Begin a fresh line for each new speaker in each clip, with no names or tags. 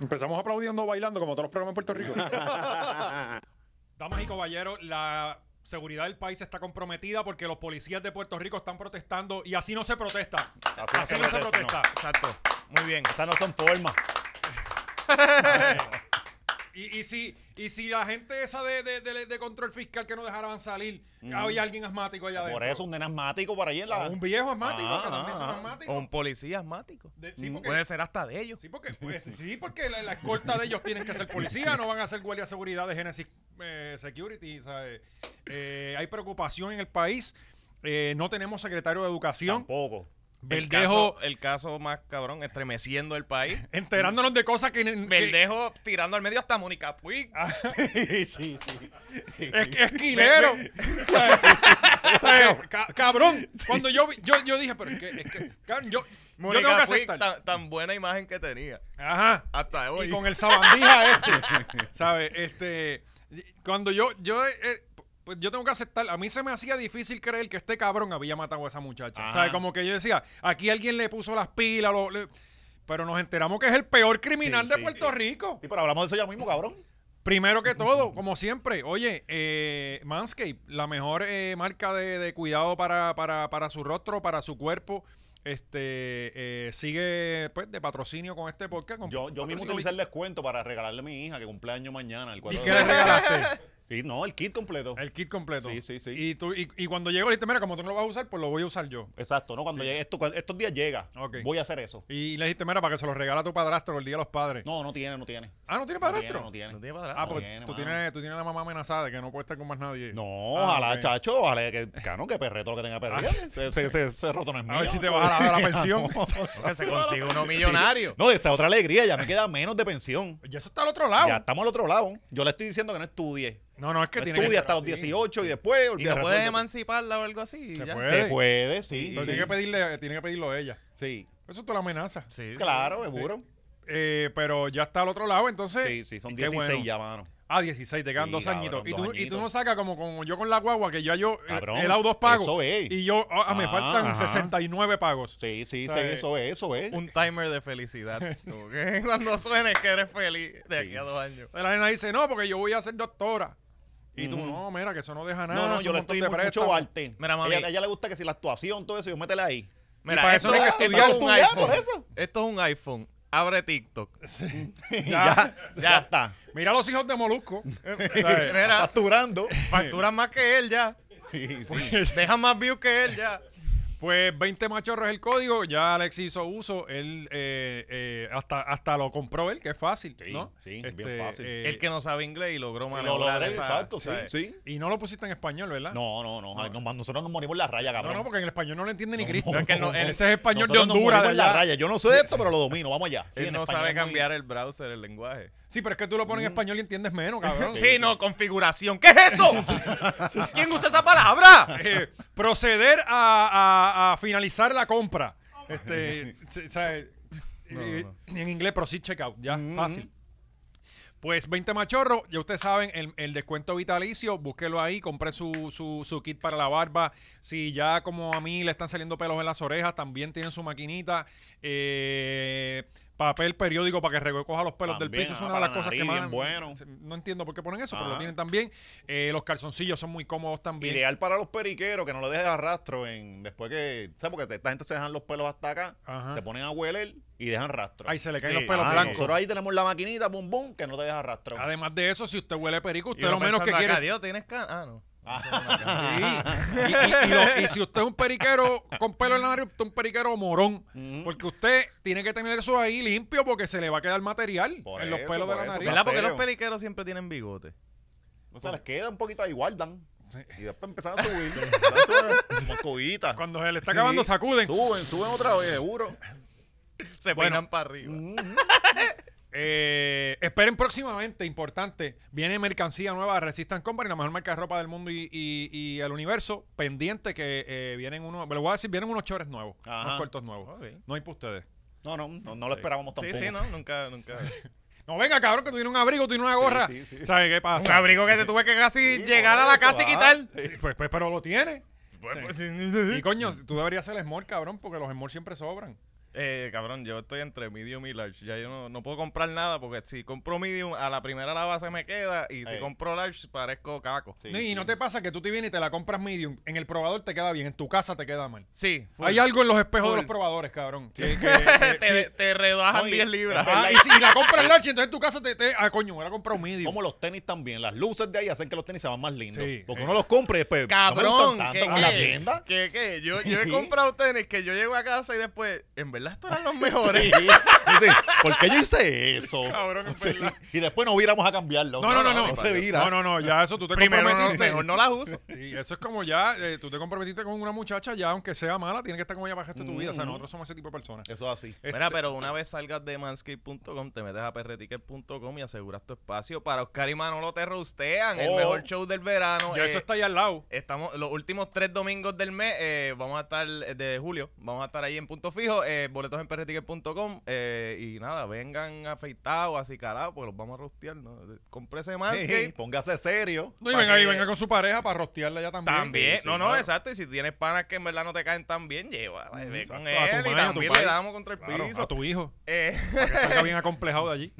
Empezamos aplaudiendo, bailando, como todos los programas en Puerto Rico.
Damas y caballeros, la seguridad del país está comprometida porque los policías de Puerto Rico están protestando y así no se protesta. Así, no se protesta.
Exacto. Muy bien.
Esas no son formas.
Y, y si, y si la gente esa de, de- de- de control fiscal que no dejaban salir, había alguien asmático allá adentro.
Por eso un nene asmático por ahí en
O
la.
un viejo asmático,
Ah,
que también son
ah,
asmáticos.
O un policía asmático.
De- sí, porque,
Puede ser hasta de ellos.
sí, porque, pues, sí, porque la, la escolta de ellos tienen que ser policía, no van a ser guardia de seguridad de Genesis eh, Security. ¿sabes? Eh, hay preocupación en el país. Eh, no tenemos secretario de educación.
Tampoco.
Verdejo,
Verdejo
el caso más cabrón, estremeciendo el país.
enterándonos de cosas que, que-
Verdejo tirando al medio hasta Mónica Puig.
sí, sí, sí.
Es que esquilero. O sea, o sea, ca- cabrón. Cuando yo, vi- yo, yo dije, pero es que, es que, cabrón, yo, yo tengo que
Mónica Puig,
aceptar.
tan, tan buena imagen que tenía.
Ajá.
Hasta hoy.
Y con el sabandija este. ¿Sabes? Este. Cuando yo, yo, eh, eh, pues yo tengo que aceptar, a mí se me hacía difícil creer que este cabrón había matado a esa muchacha.
Ajá.
¿Sabes? Como que yo decía, aquí alguien le puso las pilas, lo- le- pero nos enteramos que es el peor criminal
Sí,
de
sí,
Puerto
sí.
Rico.
Sí, pero hablamos de eso ya mismo, cabrón.
Primero que todo, como siempre, oye, eh, Manscape, la mejor eh, marca de, de cuidado para, para, para su rostro, para su cuerpo, este eh, sigue pues de patrocinio con este podcast. con-
Yo, yo mismo
patrocinio
utilicé el descuento para regalarle a mi hija que cumpleaños mañana. El
¿Y
4 de
qué le
febrero.
regalaste?
Sí, no, el kit completo.
El kit completo.
Sí, sí, sí.
Y, tú, y, y cuando llego, le dije, mira, como tú no lo vas a usar, pues lo voy a usar yo.
Exacto, ¿no? Cuando llegue esto, cuando- estos días llega,
Ok.
voy a hacer eso.
Y le dijiste, mira, para que se lo regala a tu padrastro el día de los padres.
No, no tiene, no tiene.
Ah, ¿no tiene
No tiene,
padrastro?
no tiene.
No tiene para
Ah,
atrás.
No
pues
tiene,
tú,
mano.
tienes, tú tienes la mamá amenazada de que no puede estar con más nadie.
No,
Ah,
ojalá,
ok.
chacho, ojalá que, cano, que perre todo lo que tenga perre.
Ah.
Se, se, se, se roto no es mío.
A ver si te vas a la, a la pensión.
que se consigue uno millonario.
No, esa es otra alegría, ya me queda menos de pensión.
Y eso está al otro lado.
Ya estamos al otro lado. Yo le estoy diciendo que no estudie.
No, no, es que
No
tiene que
estudie
ser
hasta los
así.
18 y después
Y
olvídate,
no puedes
resuélvete.
emanciparla o algo así. y
Se
ya.
puede.
Se puede, sí.
Pero
sí.
tiene que pedirle, tiene que pedirlo ella.
Sí,
Eso tú la amenazas.
Sí.
claro, seguro.
Eh, pero ya está al otro lado, entonces.
Sí, sí, son
qué
16
bueno.
ya, mano.
Ah, 16, te quedan
Sí,
dos
cabrón,
añitos. Y
dos
tú, y
añitos.
tú no sacas como, como yo con la guagua, que ya yo eh,
Cabrón,
he dado dos pagos.
eso es.
Y yo, ah, me
Ah,
faltan
ajá.
69 pagos.
Sí, sí,
O sea, eh,
sí, eso es, eso es.
Un timer de felicidad. Como que Cuando suene que eres feliz de aquí
Sí.
a dos años.
La nena dice, no, porque yo voy a ser doctora. Y tú,
Ujú.
no, mira, que eso no deja nada.
No, no,
es
yo
un
le
montón
estoy
de
mucho
préstamo".
arte.
Mira, mami.
Ella, a ella le gusta que si la actuación, todo eso, yo métela ahí.
Mira,
para eso
esto,
hay
esto
que estudiar,
es un
estudiar,
iPhone.
por eso.
Esto es un iPhone. Abre TikTok.
ya,
Ya.
ya, está.
Mira los hijos de Molusco. Eh, ¿sabes?
Mira,
Facturando.
facturas más que él ya.
Sí, sí.
Pues, Deja más views que él ya.
Pues 20 machorros el código, ya Alex hizo uso, él eh, eh, hasta, hasta lo compró él, que es fácil,
Sí,
¿no?
sí, bien fácil.
eh,
El que no sabe inglés y logró
Lo
manobrar
logré,
esa-
exacto, sí,
¿sabes?
sí.
Y no lo pusiste en español, ¿verdad?
No, no, no, ay, nos- Nosotros nos morimos en la raya,
No,
cabrón.
no, porque en el español no lo entiende ni Cristo.
no,
Es que no-
no.
ese es español
eh, Nosotros
de
nos
Honduras.
morimos
de
en la
allá.
raya. Yo no sé de esto, pero lo domino. Vamos allá. Sí,
Él
en
no
español
sabe
es muy-
cambiar el browser, el lenguaje.
Sí, pero es que tú lo pones en español y entiendes menos, cabrón.
Sí, no, configuración. ¿Qué es eso? ¿Quién usa esa palabra?
Eh, proceder a, a- a finalizar la compra. Este, se- se- eh, En inglés, proceed checkout, ya,
Mm.
fácil. Pues 20 machorros, ya ustedes saben, el, el descuento vitalicio, búsquelo ahí, compré su, su, su kit para la barba. Si ya como a mí le están saliendo pelos en las orejas, también tienen su maquinita. Eh, papel periódico para que recoja los pelos del
También,
piso. Es
ah,
una de las
para la
cosas que
nariz,
más...
bien bueno.
No entiendo por qué ponen eso, pero lo
Ajá.
tienen también. Eh, los calzoncillos son muy cómodos también.
Ideal para los periqueros que no le dejes arrastro en después que, ¿sabes? Porque esta gente se dejan los pelos hasta acá,
Ajá.
se ponen a hueler y dejan rastro.
Ahí se le caen
Sí,
los pelos
Ah,
blancos.
Nosotros ahí tenemos la maquinita, bum bum, que no te deja rastro.
Además de eso, si usted huele perico,
Y
usted
uno
lo menos que
pensando
quiere.
acá,
es-
Dios, tienes can- Ah, no.
Sí. Y, y- y lo- y si usted es un periquero con pelo en la nariz, usted es un periquero morón.
Ujú.
Porque usted tiene que tener eso ahí limpio porque se le va a quedar material
Por
en los
eso,
pelos de
por
la
eso,
nariz.
¿En
¿Verdad? Porque los
serio?
periqueros siempre tienen bigote.
No se les queda un poquito ahí, guardan.
Sí.
Y después empiezan a subir. empiezan a subir como escobitas.
Cuando se le está acabando,
Sí.
sacuden.
Suben, suben otra vez, seguro.
Se
Bueno.
peinan para arriba.
Mm.
Eh, esperen próximamente, importante, viene mercancía nueva de Resistance Company, la mejor marca de ropa del mundo y, y- y el universo. Pendiente que eh, vienen unos, les voy a decir, vienen unos chores nuevos,
Ajá.
unos cortos nuevos.
Ok.
No hay para ustedes.
No, no, no, no lo esperábamos
Sí,
tampoco.
sí, no, nunca, nunca.
No, venga, cabrón, que tú tienes un abrigo, tú tienes una gorra.
Sí, sí, sí.
¿Sabes qué
Un
pasa?
abrigo que te tuve que casi
Sí,
llegar
por
a la
eso,
casa y
ah.
quitar.
Sí, pues, pues, pero lo tiene.
Pues,
Sí.
pues,
Y coño, tú deberías hacer el small, cabrón, porque los small siempre sobran.
Eh, cabrón, yo estoy entre medium y large. Ya yo no, no puedo comprar nada porque si compro medium, a la primera lava se me queda y si
Ey.
compro large parezco caco.
Sí,
No, y
sí.
no te pasa que tú te vienes y te la compras medium. En el probador te queda bien, en tu casa te queda mal.
Sí, full.
Hay algo en los espejos de
Full.
los probadores, cabrón. que-
te,
que- que- sí.
te rebajan
No, y-
10 libras.
Ah, y si la compras large, entonces en tu casa te, te- ah, coño, ahora compra un medium.
Como los tenis también, las luces de ahí hacen que los tenis se van más lindos.
Sí.
porque uno los compra y después.
Cabrón,
no me gustan tanto
¿qué,
en la
qué?
tienda.
¿Qué, qué? Yo, yo he comprado tenis que yo llego a casa y después, en verdad estos eran los mejores.
Sí. Dice, ¿por qué yo hice eso?
¿eh? cabrón, en
Sí.
verdad.
Y después no hubiéramos a cambiarlo.
No, no, no, no.
No se vira.
No, no, no, ya eso tú te
Primero, no,
comprometiste.
mejor no las uso.
Sí, eso es como ya, eh, tú te comprometiste con una muchacha, ya aunque sea mala, tienes que estar con ella para el resto de tu vida. O sea,
Mm.
nosotros somos ese tipo de personas.
Eso es así.
Mira, pero una vez salgas de manscape.com, te metes a perreticket.com y aseguras tu espacio para Oscar y Manolo te rostean, el
Oh.
mejor show del verano.
Ya
eh,
eso está ahí al lado.
Estamos los últimos tres domingos del mes, eh, vamos a estar eh, de julio, vamos a estar ahí en punto fijo, eh, boletos en perreticket.com eh, y nada, vengan afeitados, acicalados, porque los vamos a rostear, ¿no? Eh, Comprese Manscape.
Sí, Póngase serio.
No, y
pa'
venga, y
que-
venga con su pareja para rostearla ya también.
También,
sí,
no, no,
claro.
exacto. Y si tienes panas que en verdad no te caen tan bien, lleva, ve
Mm, Exacto,
con
a tu
él
madre,
y
a tu
también le
padre.
damos contra el
Claro,
piso.
a tu hijo.
Eh,
Para que salga bien acomplejado de allí.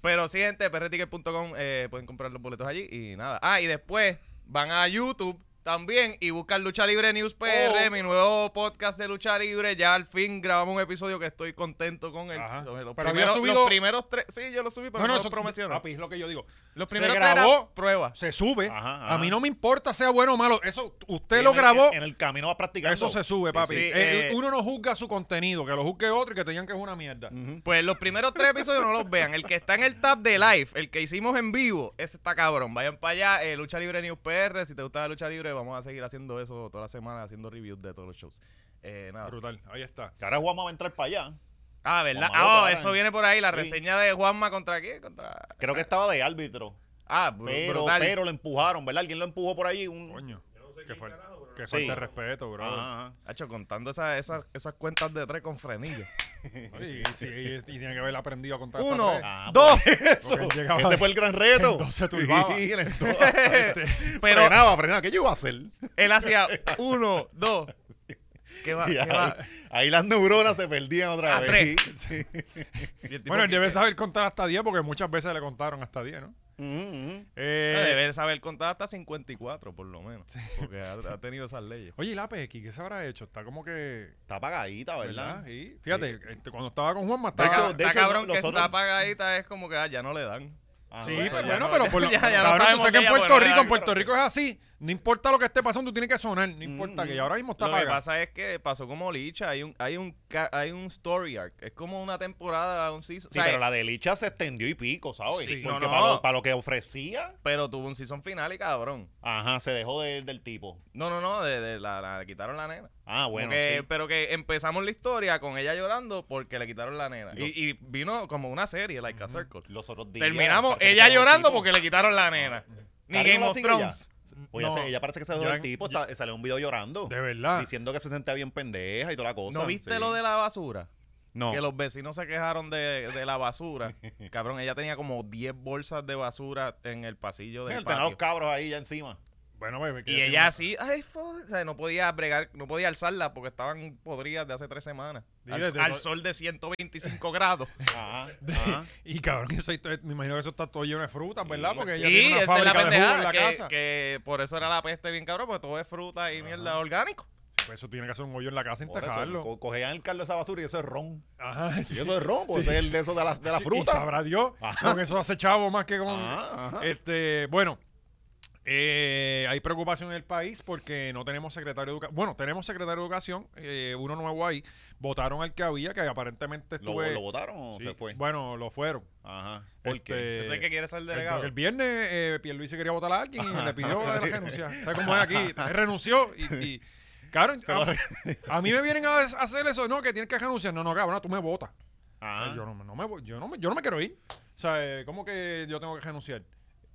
pero sí, gente, perreticket.com eh, pueden comprar los boletos allí y nada. Ah, y después van a YouTube también y buscan Lucha Libre News PR,
Oh.
mi nuevo podcast de Lucha Libre. Ya al fin grabamos un episodio que estoy contento con él.
Ajá.
Los, los
Pero había
primeros, los
subido-
primeros tres, sí, yo lo subí, pero
No, no,
no,
eso
promociono.
papi, es lo que yo digo.
Los
Se
primeros tres eran
grabó,
pruebas.
se sube.
Ajá, ajá.
A mí no me importa sea bueno o malo. Eso, usted
En
lo
el-
grabó.
En el camino va practicando.
Eso se sube, papi.
sí,
Eh,
eh,
uno no juzga su contenido, que lo juzgue otro y que te digan que es una mierda.
Pues los primeros tres episodios no los vean. El que está en el tab de live, el que hicimos en vivo, ese está cabrón. Vayan para allá, eh, Lucha Libre News PR. Si te gusta la lucha libre, vamos a seguir haciendo eso toda la semana, haciendo reviews de todos los shows. Eh, nada.
Brutal, ahí está.
Que ahora vamos a entrar para allá.
Ah, ¿verdad?
Juanma
Ah,
Lota,
eso
¿eh?
viene por ahí, la
Sí.
reseña de Juanma contra quién? Contra.
Creo que estaba de árbitro.
Ah, br-
Pero,
brutal.
pero lo empujaron, ¿verdad? Alguien lo empujó por allí. Un...
Coño. Que falta que
Sí. Ah,
falta de respeto, bro.
Ajá, ajá.
Hacho, contando esa- esa- esas cuentas de tres con frenillo.
Sí, sí, y, y tiene que haber aprendido a contar. hasta
Uno,
tres.
Ah,
dos.
Eso.
Porque él llegaba
Ese
de-
fue el gran reto.
entonces turbaba.
Sí, él entonces-
Pero
Pues
frenaba, frenaba. ¿Qué yo iba a hacer?
él hacía uno, dos. ¿Qué va?
Y
Ah, ¿Qué
ahí,
va?
ahí las neuronas se perdían otra
A
vez.
tres.
Sí.
Y el tipo
Bueno, él
que-
debe saber contar hasta 10 porque muchas veces le contaron hasta 10, ¿no?
Mm, mm.
Eh,
Eh, Debe saber contar hasta 54, por lo menos. Porque ha, ha tenido esas leyes.
Oye, ¿y la PX qué se habrá hecho? Está como que...
Está apagadita, Oh, ¿verdad?
Sí. Fíjate, este, cuando estaba con Juanma
De
estaba...
hecho,
Está ca-
de
está
hecho,
cabrón
no,
que
los
está
otros-
apagadita, es como que ah, ya no le dan.
Ah,
Sí,
no, eso
pero
ya
bueno,
no-
pero por lo
ya- ya no
cabrón, tú sabes
sabemos
que en
de ella,
Puerto
bueno,
Rico, en
ya-
Puerto Rico es así. No importa lo que esté pasando, tú tienes que sonar. No importa que ya ahora mismo está
Lo que
apagado.
pasa es que pasó como Licha, hay un, hay un, ca- hay un story arc. Es como una temporada, un season.
Sí,
o sea, eh,
pero la delicha se extendió y pico, ¿sabes?
Sí.
Porque
No, no.
Para, lo, para lo que ofrecía,
pero tuvo un season final y cabrón.
ajá, se dejó de- del tipo.
No, no, no, de, de la, la- le quitaron la nena.
Ah, bueno,
Porque-
sí.
Pero que empezamos la historia con ella llorando porque le quitaron la nena. Y,
Los-
y vino como una serie, like a circle.
Los otros días.
Terminamos
parece que
ella
estaba el
llorando
tipo.
porque le quitaron la nena. Ni
Carrie
Game
no la
of
Ah, sigue
Thrones.
Oye,
No.
se- ella parece que se dejó
Ya
del
en-
tipo. está- salió un video llorando.
De verdad.
Diciendo que se sentía bien pendeja y toda la cosa.
¿No viste
Sí.
lo de la basura?
No.
Que los vecinos se quejaron de, de la basura. Cabrón, ella tenía como 10 bolsas de basura en el pasillo del
El tener a los
patio.
cabros ahí ya encima.
Bueno, bebé. que
Y
ya
ella
tiene-
así, ay, fu-", o sea, no podía bregar, no podía alzarla porque estaban podridas de hace tres semanas. Al,
Dile, te
al
lo-
sol de 125 grados.
Ajá, ajá.
Y cabrón, eso, ahí- me imagino que eso está todo lleno de frutas, ¿verdad? Porque
sí,
ella tiene una
esa es la
fábrica de jugo en
pendejada.
la
Que,
casa.
que por eso era la peste bien cabrón, porque todo es fruta y mierda orgánico.
Pues Eso tiene que hacer un hoyo en la casa sin
Por eso,
tajarlo.
co- cogían el caldo de esa basura y eso es ron.
Ajá.
Y
sí.
eso es ron, pues es el de eso de la, de la
Sí, Y
fruta.
sabrá Dios.
Ajá.
Con eso hace chavo más que con.
Ajá, ajá.
Este, bueno. eh, hay preocupación en el país porque no tenemos secretario de educación. Bueno, tenemos secretario de educación, eh, uno nuevo ahí. Votaron al que había, que aparentemente
¿Lo,
estuve.
lo votaron o
este, Sí,
se fue?
Bueno, lo fueron.
Ajá. ¿Por qué?
Este,
Yo sé que quiere ser
el-
delegado.
porque el viernes eh, Pierluisi quería votar a alguien y le pidió la renuncia. ¿Sabes cómo es aquí? Él renunció y... y cabrón, a, a mí me vienen a des- hacer eso. No, que tienes que renunciar. No, no, cabrón, tú me votas.
Ajá.
Yo, no, no me, voy- yo, no me, yo no me quiero ir. O sea, eh, ¿cómo que yo tengo que renunciar?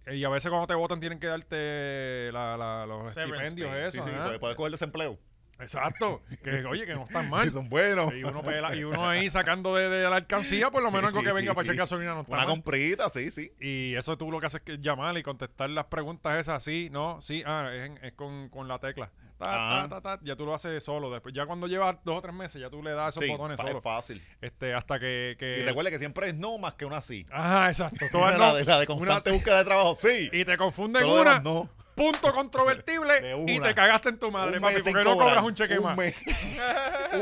Eh, Y a veces cuando te votan tienen que darte la- la- los
Severance
estipendios,
pay.
eso. ¿eh?
sí, sí,
ajá.
puede, puede coger desempleo.
Exacto. Que, oye, que no están mal.
Sí, son buenos.
Y uno, pela- y uno ahí sacando de, de la alcancía, por lo menos algo que venga para echar gasolina no está
Una
mal.
comprita, sí, sí.
Y eso tú lo que haces es que llamar y contestar las preguntas esas, sí, no, sí, ah, es, en- es con, con la tecla. ta,
Ajá.
ta, ta, ya tú lo haces solo. Después, ya cuando llevas dos o tres meses, ya tú le das esos
Sí,
botones
fa-
solo.
es fácil.
Este, hasta que. que-
Y recuerde que siempre es no más que una sí.
Ajá, exacto.
Mira,
Todas
la,
no.
de, la
Una
de constante
sí.
búsqueda de trabajo, sí.
Y te confunden
Todo lo
una,
demás, no.
punto controvertible,
De
y
una.
te cagaste en tu madre,
Un
papi,
mes sin
porque no
cobrar,
cobras un cheque más.
Mes,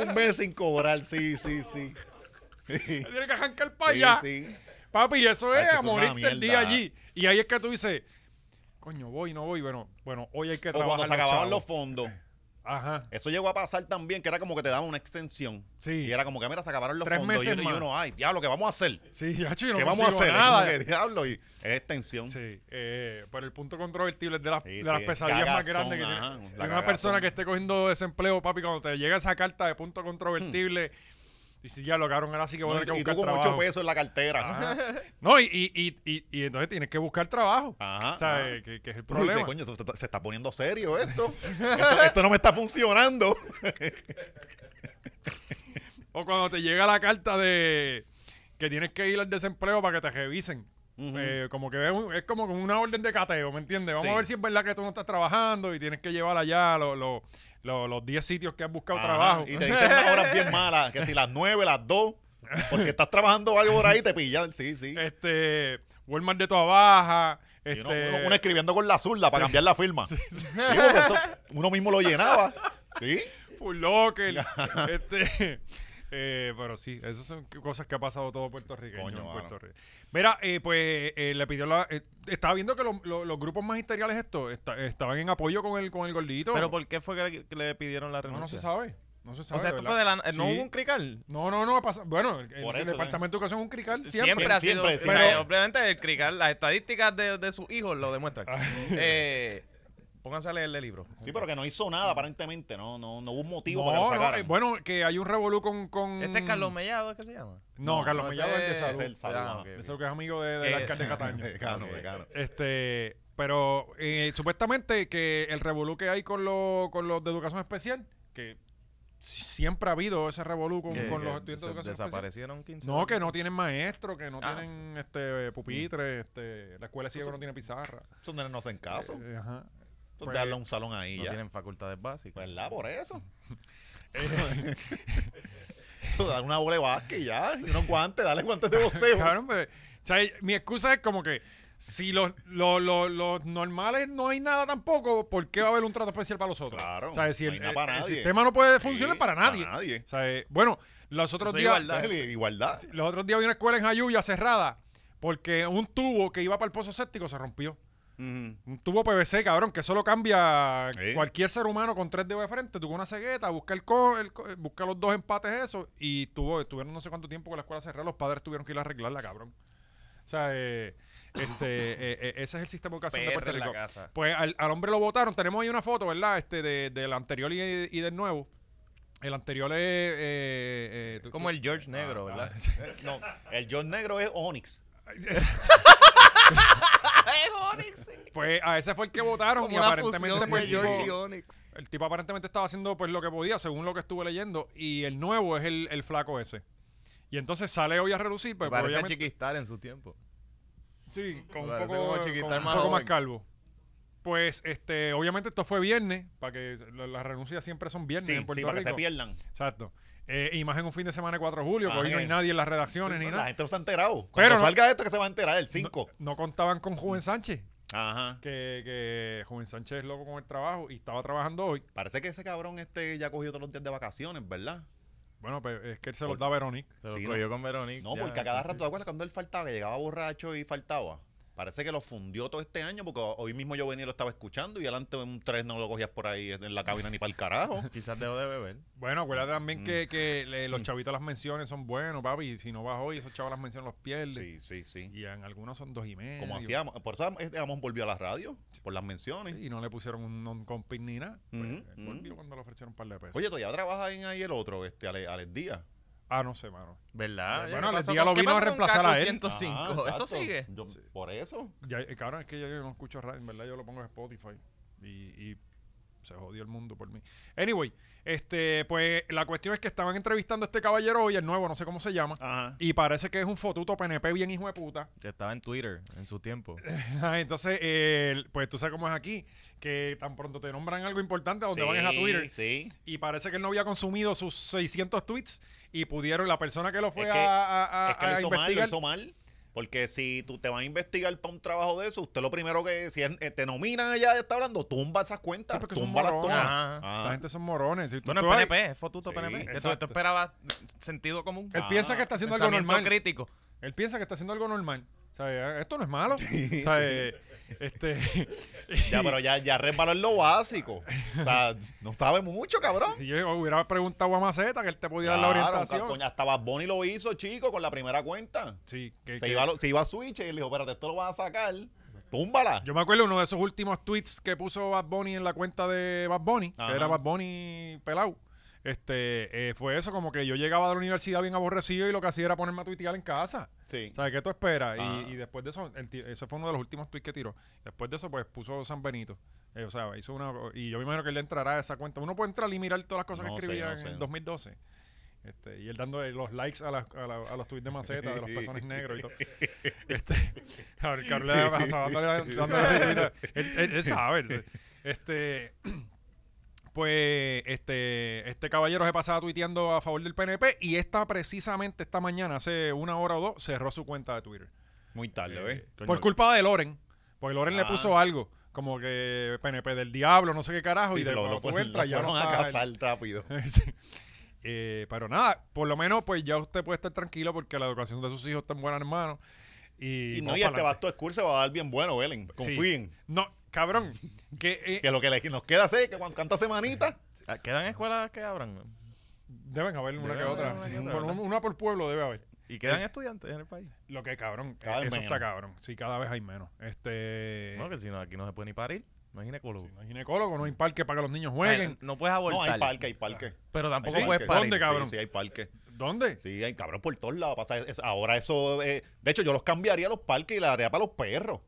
un mes sin cobrar, sí, sí, sí. Sí,
Tienes que arrancar para allá.
sí.
Papi, eso es a
Tacho, eso es una
morirte el día
mierda.
allí. Y ahí es que tú dices, coño, voy, no voy. Bueno, bueno hoy hay que
O
trabajar.
cuando se acababan
chavos.
los fondos.
Ajá.
Eso llegó a pasar también, que era como que te daban una extensión.
Sí.
Y era como que, mira, se acabaron los
Tres
fondos. Y,
meses
yo- y
más.
uno, ay, diablo, ¿qué vamos a hacer?
Sí, ya, chico, no
¿Qué vamos a
consigo
hacer? Es
nada.
como que, diablo, y es extensión.
Sí, eh, pero el punto controvertible es de las,
Sí,
de
sí,
las
es
pesadillas más
cagazón,
grandes que tiene.
ajá,
Tiene
la
una
cagazón.
persona que esté cogiendo desempleo, papi, cuando te llega esa carta de punto controvertible, dices, ya lo cabrón, ahora sí que voy a
Hmm. No,
tener que
y tú
buscar
con
trabajo.
8 pesos en la cartera. Ajá.
Ajá. No, y, y, y, y, y entonces tienes que buscar trabajo.
Ajá,
¿Sabes?
ajá.
Que, que es el
Uno dice,
eh, problema.
ah. coño, esto se- se está poniendo serio esto. esto. esto no me está funcionando.
O cuando te llega la carta de que tienes que ir al desempleo para que te revisen.
Ujú.
Eh, como que es, un- es como una orden de cateo, ¿me entiendes? Vamos
Sí.
a ver si es verdad que tú no estás trabajando y tienes que llevar allá lo- lo- lo- los 10 sitios que has buscado
Ajá,
trabajo.
Y te dicen unas horas bien malas, que si las 9, las 2, por si estás trabajando algo por ahí, te pillan. Sí, sí.
Este, Walmart de tu baja.
Y
Este,
uno, uno- uno escribiendo con la zurda para cambiar la firma. Sí, porque eso uno mismo lo llenaba. ¿Sí?
Full Locker. este, eh, pero sí, esas son cosas que ha pasado todo Puerto Rico.
Coño,
en
mano.
Puerto Rico. Mira, eh, pues eh, le pidió la. eh, estaba viendo que lo- lo- los grupos magisteriales estos esta- estaban en apoyo con el, con el gordito.
Pero ¿por qué fue que le, que le pidieron la
no, no se
renuncia?
sabe. No se
o
sabe.
sea, esto
¿verdad?
fue de la... eh, ¿No
Sí.
hubo un crical?
No, no, no. pasa- bueno, el, el
Por eso,
Departamento de Educación es un crical.
Siempre,
Siempre.
ha sido.
siempre,
o sea,
siempre.
obviamente el crical, las estadísticas de, de sus hijos lo demuestran. Eh, pónganse a leerle el libro.
Sí, pero que no hizo nada aparentemente. No, no, no hubo un motivo
No,
para que lo
no,
sacaran.
eh, bueno, que hay un revolú con, con-
Este es Carlos Mellado, ¿qué se llama?
No,
No,
Mm. Carlos
No,
Mellado es
ese
el de
es
salud.
el salud,
Ah,
ajá.
ok,
Ese
ok.
Es el que es amigo de- del
Que-
alcalde de Cataño. Eh,
Vegano, vegano.
Este, pero eh, supuestamente que el revolú que hay con, los con los de educación especial, que siempre ha habido ese revolú con,
Que-
con
que
los estudiantes de
se-
educación especial.
Desaparecieron 15.
No, que no tienen maestro, que no
Ah,
tienen este pupitre, este, la escuela ciega no tiene pizarra.
Esos nenes no hacen Mm. caso.
Eh, ajá.
Tú
pues,
te hablas un salón ahí
No
ya.
tienen facultades básicas.
¿Verdad? Por eso.
Eh,
Eso, dale una bola de básquet y ya. Y unos guantes, dale guantes de boxeo.
Cabrón, pues, o sea, mi excusa es como que si los, los, los- los normales no hay nada tampoco, ¿por qué va a haber un trato especial para los otros?
Claro,
O sea, si
no
el,
hay nada para
el
nadie.
sistema no puede
Sí,
funcionar para nadie.
Para nadie.
O sea, eh, bueno, los otros
Eso es
días.
igualdad.
Igualdad.
Los otros días había una escuela en Jayuya cerrada porque un tubo que iba para el pozo séptico se rompió.
Ujú.
Un tubo PVC, cabrón, que solo cambia
Sí.
cualquier ser humano con tres dedos de frente. Tú con una cegueta, busca, el co- el co- busca los dos empates esos y tuvo, estuvieron no sé cuánto tiempo con la escuela cerrada. Los padres tuvieron que ir a arreglarla, cabrón. O sea, eh, este, eh, eh, ese es el sistema de educación de Puerto
PR en la
Rico.
casa.
Pues al, al hombre lo votaron. Tenemos ahí una foto, ¿verdad? Este, de- del anterior y, y del nuevo. El anterior es... eh, eh, tú-
Como el George Negro, ¿verdad?
Eh, No, el John Negro es Onyx.
es Onyx.
Pues a ese fue el que votaron y
Como una
aparentemente
fusión
pues,
de
el,
George y
tipo,
Onyx.
el tipo aparentemente estaba haciendo pues lo que podía, según lo que estuve leyendo, y el nuevo es el, el flaco ese. Y entonces sale hoy a relucir, pues
Parece a
obviamente-
Chiquistar en su tiempo.
sí, con un
parece
poco,
como
con
Chiquita,
un
el más
poco más
joven.
calvo. Pues este, obviamente esto fue viernes, para que la- las renuncias siempre son viernes
Sí,
en Puerto
sí, para que
Rico.
se pierdan.
Exacto. Eh, y más en un fin de semana de 4 de julio, que
Ah,
hoy no hay
eh.
nadie en las redacciones ni
la
nada.
gente no se ha enterado. Cuando
Pero no-
salga esto que se va a enterar, el 5.
No contaban con Juven Sánchez,
Ajá.
que, que Juven Sánchez es loco con el trabajo y estaba trabajando hoy.
Parece que ese cabrón este ya cogió todos los días de vacaciones, ¿verdad?
Bueno, pues es que él se los
Por-
da a Verónica.
Se lo
Sí,
cogió con Verónica.
No,
ya.
porque a cada rato, ¿te acuerdas cuando él faltaba? Que llegaba borracho y faltaba. Parece que lo fundió todo este año porque hoy mismo yo venía y lo estaba escuchando y adelante un 3 no lo cogías por ahí en la cabina ni para el carajo.
Quizás dejó de beber.
Bueno, acuérdate también
Mm.
que, que le- los chavitos las menciones son buenos, papi. y Si no vas hoy, esos chavos las menciones los pierdes.
Sí, sí, sí.
Y en algunos son dos y medio.
Como hacíamos. Por eso este Amón volvió a la radio, por las menciones.
Sí, Y no le pusieron un non-compete ni nada. Pues,
Ujú,
él volvió
ujú.
cuando le ofrecieron un par de pesos.
Mm-hmm, Oye, todavía trabaja en ahí el otro, este, Ale- Alex Díaz.
Ah, no sé, mano.
¿Verdad?
Bueno,
Oye, ¿qué
les
pasó
diga,
con-
lo
qué
vino a
pasó con
reemplazar a
Kaku
él?
105?
Ajá,
Eso
Ah, exacto.
sigue.
Yo- Por eso.
Ya, eh, cabrón, es que ya yo no escucho radio. En verdad, yo lo pongo en Spotify. Y, y se jodió el mundo por mí. Anyway, este, pues la cuestión es que estaban entrevistando a este caballero hoy, el nuevo, no sé cómo se llama.
Ajá.
Y parece que es un fotuto PNP bien hijo de puta.
Que estaba en Twitter en su tiempo.
Ajá, Entonces, eh, el- pues tú sabes cómo es aquí, que tan pronto te nombran algo importante, a donde van es a Twitter.
Sí.
Y parece que él no había consumido sus 600 tweets y pudieron, la persona que lo fue
Es que-
a, a- a-
es que
a
lo hizo mal, lo
investigar.
hizo mal. Porque si tú te vas a investigar para un trabajo de eso, usted lo primero que, si es- eh, te nominan allá, está hablando, tumba esas cuentas,
Sí, porque son
tumba las
morones.
todas.
Ajá.
Ah.
Esta gente son morones. Si tú-
Bueno,
tú
en
vas-
PNP, es fotuto
Sí,
PNP. Que tú,
exacto.
tú esperabas sentido común.
Él
Ah,
piensa que está haciendo algo
Pensamiento
normal.
crítico.
Él piensa que está haciendo algo normal. O sea, eh, esto no es malo. O sea, eh, este,
Ya, pero ya, ya Red Valor es lo básico. O sea, no sabe mucho, cabrón.
y yo hubiera preguntado a Maceta que él te podía dar la
Claro,
orientación.
coño, hasta Bad Bunny lo hizo, chico, con la primera cuenta.
Sí, que-
Se
que-
iba, a lo- se iba a Switch y él dijo, espérate, esto lo vas a sacar, túmbala.
Yo me acuerdo uno de esos últimos tweets que puso Bad Bunny en la cuenta de Bad Bunny,
Ajá.
que era Bad Bunny pelado. Este, eh, fue eso, como que yo llegaba de la universidad bien aborrecido y lo que hacía era ponerme a tuitear en casa.
sí.
¿Sabes qué tú esperas? Y-
Ah.
Y, después de eso, el ti- ese fue uno de los últimos tweets que tiró. Después de eso, pues puso San Benito. Eh, o sea, hizo una. Y yo me imagino que él entrará a esa cuenta. Uno puede entrar y mirar todas las cosas
No
que
sé,
escribía
no
en
sé,
el
no.
2012. Este, y él dando los likes a, las- a la- a los tweets de maceta, de los pezones negros y todo. Este, cabrón, cabrón, le- o sea, dándole- dándole retweet a- él, él- él sabe. él- Este, pues este, este caballero se pasaba tuiteando a favor del PNP y esta precisamente esta mañana, hace una hora o dos, cerró su cuenta de Twitter.
Muy tarde, ¿ves?
Por culpa de Loren. Porque Loren le
Ah.
puso algo, como que PNP del diablo, no sé qué carajo,
Sí,
ah, y de
lo, lo
cuando tú
fueron-
entras
lo
ya no
fueron a
está él.
cazar rápido.
Sí. Eh, pero nada, por lo menos pues ya usted puede estar tranquilo porque la educación de sus hijos está en buenas manos. Y,
Y no,
vamos
y este
pa'lante.
vasto excurso va a dar bien bueno, Ellen.
Sí.
Confíen.
No, cabrón, que eh,
Que lo que le- que nos queda hacer es que cuando canta semanita,
Ah, ¿Quedan escuelas que abran?
deben haber una
Deben
que
haber
otra.
una que
Sí,
otra,
por-
¿verdad?
una por pueblo debe haber.
¿Y quedan estudiantes en el país?
Lo que cabrón,
Cada
eh,
vez
eso
menos.
está cabrón. Sí, cada vez hay menos. Este,
No, que si no, aquí no se puede ni parir. No hay ginecólogo.
no hay ginecólogo, no hay parque para que los niños jueguen.
Ay, No puedes
no, hay
abortar.
parque, hay parque.
Pero Ah, tampoco
Hay
puedes
parque.
parir.
¿Dónde, cabrón?
Sí, sí, hay parque.
¿Dónde?
Sí, hay cabrón por todos lados. Pasa- es- ahora eso. eh, de hecho, yo los cambiaría a los parques y la haría para los perros.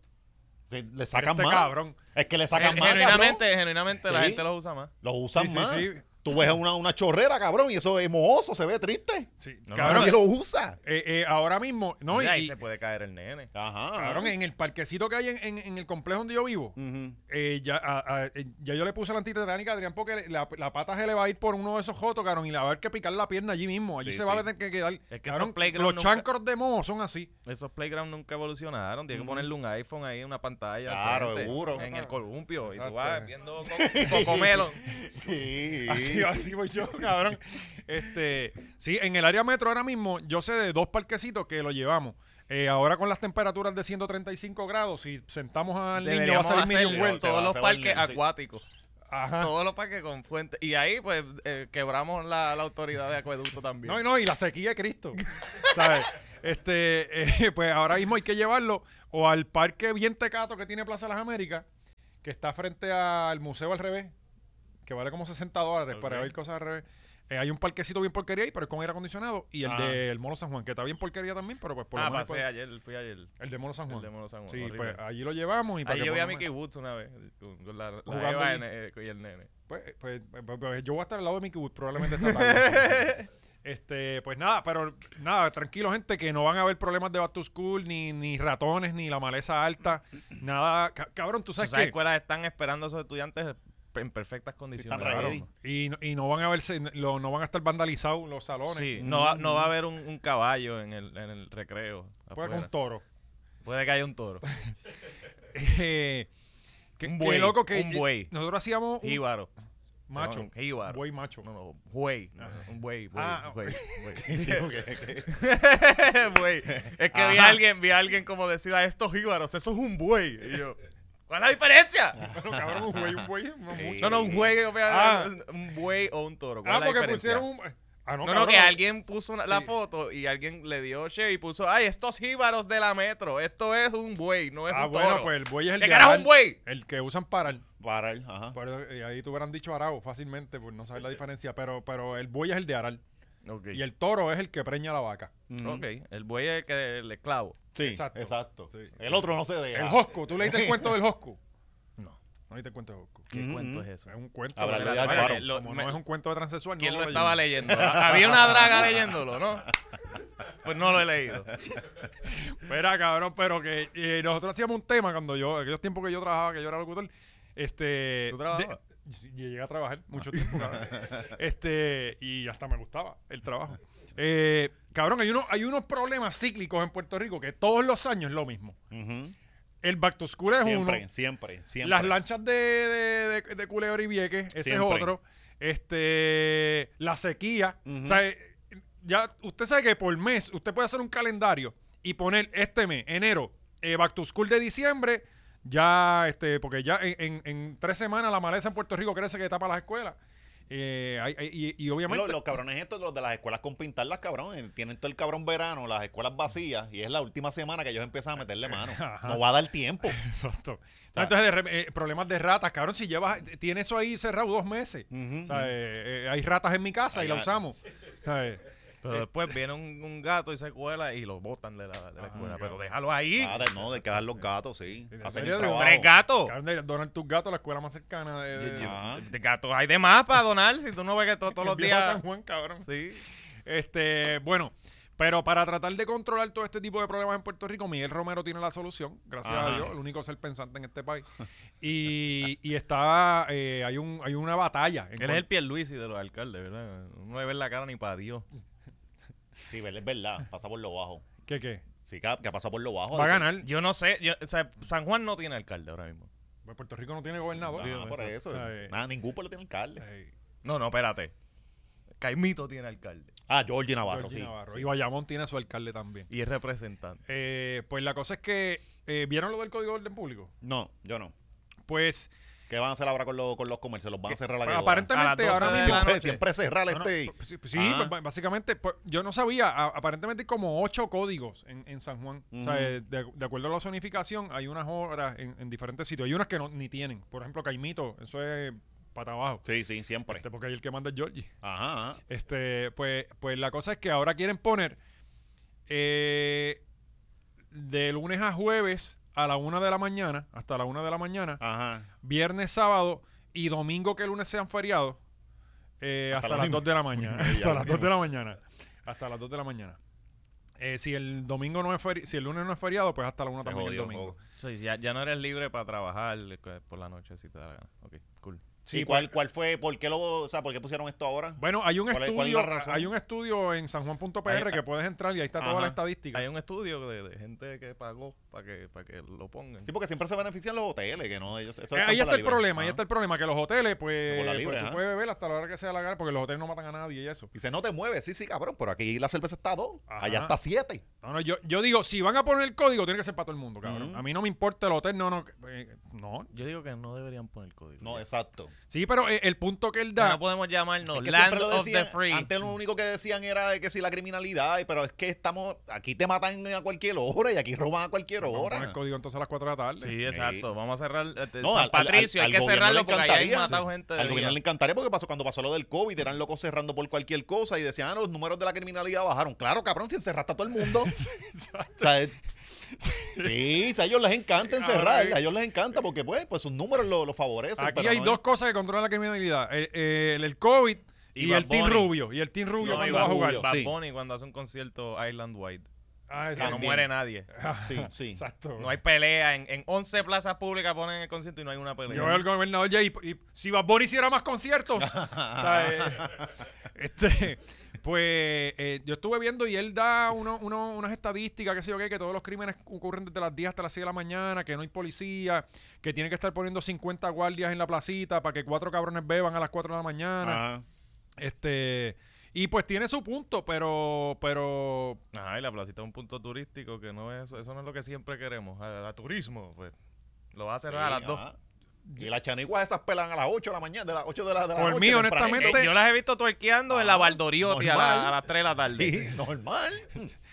Sí, le sacan
Este
más.
cabrón. Eh,
Es que le
Gen-
sacan más.
Eh, Genuinamente,
cabrón.
genuinamente la
Sí.
gente los usa más.
Los usan
Sí, sí,
más.
sí.
Tú ves una, una chorrera, cabrón, y eso es mohoso, se ve triste.
Sí,
No,
cabrón.
Nadie lo usa.
eh, eh, ahora mismo, no, y-
Mira, ahí
y-
se puede caer el nene.
Ajá.
cabrón, en el parquecito que hay en, en- en el complejo donde yo vivo,
Ujú.
eh, ya, a- a- eh, ya yo le puse la antitetánica a Adrián porque le- la, la pata se le va a ir por uno de esos jotos, cabrón, y le va a haber que picar la pierna allí mismo. Allí
Sí,
se va
sí.
a tener que quedar.
que
cabrón,
esos playgrounds
los
nunca-
chancros de moho son así.
Esos playgrounds nunca evolucionaron. Tienes que ponerle un iPhone ahí, una pantalla. al
Claro,
frente,
seguro.
En el columpio. Y
Exacto.
tú vas viendo co- Cocomelon.
Sí.
Así, así voy yo, cabrón. Este, sí, en el área metro ahora mismo, yo sé de dos parquecitos que lo llevamos. Eh, ahora con las temperaturas de 135 grados, si sentamos al niño va a
Deberíamos
salir Ah. medio
hacer
envuelto.
Se va,
todos los
se va el
parques
nene, sí.
acuáticos.
Ajá.
Todos los parques con fuentes. Y ahí, pues, eh, quebramos la, la autoridad de acueducto también.
No, y no, y la sequía de Cristo. ¿Sabes? Este, eh, pues ahora mismo hay que llevarlo o al parque bien tecato que tiene Plaza Las Américas, que está frente al museo al revés, que vale como 60 dólares para
Ok.
ver cosas al revés. Eh, hay un parquecito bien porquería ahí, pero es con aire acondicionado. Y el
Ajá.
del Mono San Juan, que está bien porquería también, pero pues por
ah,
lo menos.
pasé
pues,
ayer, fui ayer.
el de Mono San Juan.
El de Mono San Juan,
Sí,
horrible.
pues allí lo llevamos y para
Ahí
que
yo vi a
podamos-
Mickey Woods una vez con, con la, la
Jugando
jeva
Mickey.
en- eh, y el nene.
Pues, pues, pues, pues, yo voy a estar al lado de Mickey Wood probablemente esta tarde. este, pues nada, pero nada, tranquilo gente que no van a haber problemas de back to school, ni, ni ratones, ni la maleza alta, nada. Ca- cabrón, tú sabes
Esas
qué.
escuelas están esperando a esos estudiantes en perfectas condiciones.
están
cabrón.
ready.
Y, no- y no van a verse, lo- no van a estar vandalizados los salones.
Sí, no, va- no va a haber un, un caballo en el, en el recreo.
Pues
afuera.
con toro.
Puede que haya un toro.
Eh, qué-
Un
qué
buey,
loco que eh,
un buey.
nosotros hacíamos un
Jíbaro.
macho.
Un jíbaro.
Buey macho.
No, no, buey. Un buey, buey,
Ah,
buey, buey.
Sí, ok.
Buey. Es que vi
Ajá.
a alguien, vi a alguien como decir a estos jíbaros, eso es un buey. Y yo, ¿cuál es la diferencia?
Bueno, cabrón, un buey, un buey, no mucho.
No, no, un buey, o sea,
Ah.
un buey o un toro. ¿Cuál
Ah,
es la
porque
diferencia?
pusieron un. Ah, no,
No, no,
cabrón,
que alguien puso una- la
Sí.
foto y alguien le dio che y puso, ay, estos jíbaros de la metro, esto es un buey, no es
Ah,
un
bueno,
toro.
pues el buey es el
¿Qué
de
carajo
arar,
un buey?
El que usan para el-
Para el- ajá.
pero, eh, ahí te hubieran dicho arao fácilmente por no saber la diferencia, pero, pero el buey es el de aral
Ok,
y el toro es el que preña la vaca.
Ujú.
ok, el buey es el que el esclavo.
Sí,
Exacto.
exacto.
Sí.
El otro no se deja.
El hosco, ¿tú leíste el cuento del hosco?
No.
Ahí te cuento de Goku.
¿Qué
Ujú,
cuento
ujú.
es eso?
Es un cuento.
Habrá
de
leído
la
al
draga.
faro.
Lo-
Como
me-
no es un cuento de transexual,
¿Quién
no
lo
leí.
estaba leyendo? Había una draga leyéndolo, ¿no? Pues no lo he leído.
Mira, cabrón, pero que eh, nosotros hacíamos un tema cuando yo, aquellos tiempos que yo trabajaba, que yo era locutor, este...
¿Tú trabajabas?
de- sí, yo llegué a trabajar mucho tiempo, cabrón. Este, y hasta me gustaba el trabajo. Eh, cabrón, hay, uno, hay unos problemas cíclicos en Puerto Rico que todos los años es lo mismo.
este?
Ujú.
El back to school es uno.
Siempre, siempre, siempre.
Las lanchas de, de, de- de Culebra y Vieques, ese
Siempre.
es otro. Este, la sequía.
Ujú.
O sea, eh, ya usted sabe que por mes usted puede hacer un calendario y poner este mes, enero, eh, back to school de diciembre, ya, este, porque ya en, en- en tres semanas la maleza en Puerto Rico crece que tapa las escuelas. Eh, hay- hay- y, y
Lo-
obviamente...
Los, cabrones estos, los de las escuelas con pintarlas, cabrón, eh, tienen todo el cabrón verano, las escuelas vacías, y es la última semana que ellos empiezan a meterle mano.
Ajá.
No va a dar tiempo.
Exacto. Entonces, de re- eh, problemas de ratas, cabrón, si llevas, tiene eso ahí cerrado dos meses.
Ujú,
O sea, eh, eh, hay ratas en mi casa y
Ahí
la
va.
usamos. eh, ¿Sabes?
Pero después viene un, un gato y se cuela y lo botan de la, de la
claro.
escuela. Pero déjalo ahí.
Ah, de- no, de quedar los gatos, sí.
Sí, debería
Hacen el
de un
trabajo.
Tres gatos.
Cabrón, de donar tus gatos a la escuela más cercana de, de-
Ajá.
De gatos hay de más para donar si tú no ves que to- todos
en
los
Viejo
días.
San Juan, cabrón.
Sí.
Este, bueno, pero para tratar de controlar todo este tipo de problemas en Puerto Rico, Miguel Romero tiene la solución, gracias a
Ajá.
Dios, el único ser pensante en este país. Y, y está, eh, hay un, hay una batalla. en
Él es
cuan-
el Pierluisi de los alcaldes, ¿verdad? No le ves la cara ni para Dios.
Sí, ver- es verdad, pasa por lo bajo.
¿Qué qué?
Sí, que, que pasa por lo bajo.
Va a ganar.
Yo no sé. yo- o sea, San Juan no tiene alcalde ahora mismo.
Pues Puerto Rico no tiene
Ah,
gobernador.
por eso.
¿Sabes?
Nada, ningún pueblo tiene alcalde.
Eh,
No, no, espérate. Caimito tiene alcalde
Ah, Georgie Navarro,
Georgie
sí.
Navarro.
sí.
Y Bayamón tiene a su alcalde también.
y es representante.
Eh, pues la cosa es que, eh, ¿vieron lo del Código de Orden Público?
No, yo no.
Pues
¿Qué van a hacer ahora con, los- con los comercios? ¿Los van a cerrar la que boda?
aparentemente
A las
ahora
12 de
mismo...
la
Siempre,
noche.
siempre cerrar
No, no,
este.
pues sí, pues sí,
Ah.
pues, básicamente, pues, yo no sabía. a- aparentemente hay como ocho códigos en, en San Juan. O sea,
Ujú.
eh, de, de acuerdo a la zonificación, hay unas horas en, en diferentes sitios. Hay unas que no, ni tienen. Por ejemplo, Caimito, eso es para abajo.
Sí, sí, siempre.
Este, porque ahí el que manda es Georgie.
Ajá. ajá.
Este, pues, pues la cosa es que ahora quieren poner eh, de lunes a jueves a la una de la mañana, hasta la una de la mañana,
Ajá.
viernes, sábado y domingo que el lunes sean feriados eh,
Hasta
hasta,
lo
las
mismo.
2 de la mañana.
Ya,
hasta
lo
las
mismo.
2 de la mañana. Hasta las 2 de la mañana. Eh, si el domingo no es feri- si el lunes no es feriado, pues hasta la 1
Se
también
jodió
el domingo.
todo.
Sí, ya, ya no eres libre para trabajar eh, por la noche si te da la gana. Ok, cool.
¿Y cuál, cuál fue? ¿Por qué lo, o sea, por qué pusieron esto ahora?
pues. Bueno, hay un
¿Cuál es-
estudio,
cuál es la razón?
hay un estudio en sanjuan.pr
Ahí-
que puedes entrar y ahí está toda
Ajá.
la estadística. Eh,
Hay un estudio de, de gente que pagó para que, para que lo pongan.
Sí, porque siempre se benefician los hoteles, que no ellos. eso
Eh,
es
ahí
por
está
la
el
libre.
problema, ahí
Ajá.
está el problema, que los hoteles, pues,
Por la libre,
pues, tú
ajá.
puedes beber hasta la hora que sea la gana, porque los hoteles no matan a nadie y eso.
Dice, no te mueves, sí, sí, cabrón, pero aquí la cerveza está a dos,
Ajá.
allá está a siete.
No, no, yo, yo digo, si van a poner el código, tiene que ser para todo el mundo, cabrón.
Ujú.
A mí no me importa el hotel, no, no, eh, no,
Yo digo que no deberían poner código.
No, exacto.
Sí, pero eh, el punto que él
Que
da.
no podemos llamarnos
Es que
Land
siempre lo
of the
decían,
Free.
Antes lo único que decían era de que si la criminalidad, pero es que estamos, aquí te matan a cualquier hora y aquí roban a cualquier
Vamos a poner
hora.
el código entonces a las 4 de la tarde.
Sí, exacto. Vamos a cerrar. este,
No,
San
al- al-
Patricio,
al-
hay
al
que
gobierno
cerrarlo
le
porque ahí hay
encantaría,
matado
sí.
gente. de
Al gobierno
día.
le encantaría porque pasó cuando pasó lo del COVID, eran locos cerrando por cualquier cosa y decían, ah, los números de la criminalidad bajaron. Claro, cabrón, si encerraste a todo el mundo. O sea, es- sí, si a ellos les encanta encerrar,
Ahora,
a ellos les encanta porque pues, pues sus números lo, lo favorecen.
Aquí
pero
hay
no
dos cosas que controlan la criminalidad: el, el- el COVID y,
Y Bad
el Team
Bunny.
Rubio. Y el Team Rubio
No,
cuando
y
va a
Bad
jugar.
Rubio.
Bad
Sí.
Bunny cuando hace un concierto Island Wide.
Ah,
Que no
exacto.
También.
muere nadie.
Sí, sí.
Exacto.
No hay pelea. En, en 11 plazas públicas ponen el concierto y no hay una pelea.
Yo veo al gobernador ya y, y si Bad Bunny hiciera más conciertos. o
Ah.
sea, eh, este, pues eh, yo estuve viendo y él da uno, uno- unas estadísticas, qué sé yo qué, que todos los crímenes ocurren desde las 10 hasta las 6 de la mañana, que no hay policía, que tienen que estar poniendo 50 guardias en la placita para que cuatro cabrones beban a las 4 de la mañana.
Ajá.
Este. Y pues tiene su punto, pero. Pero.
Ajá, y la placita es un punto turístico que no es. Eso no es lo que siempre queremos. A, a turismo, pues. Lo vas a cerrar a las
Sí,
2.
ajá. Y las chaniguas esas pelan a las 8 de la mañana, de las 8 de la, de la
Por
noche.
mí,
temprano.
honestamente,
Eh, yo las he visto tuerqueando en la
Ah,
Valdoriotti a,
normal.
la- a las 3 de la tarde.
Sí, normal.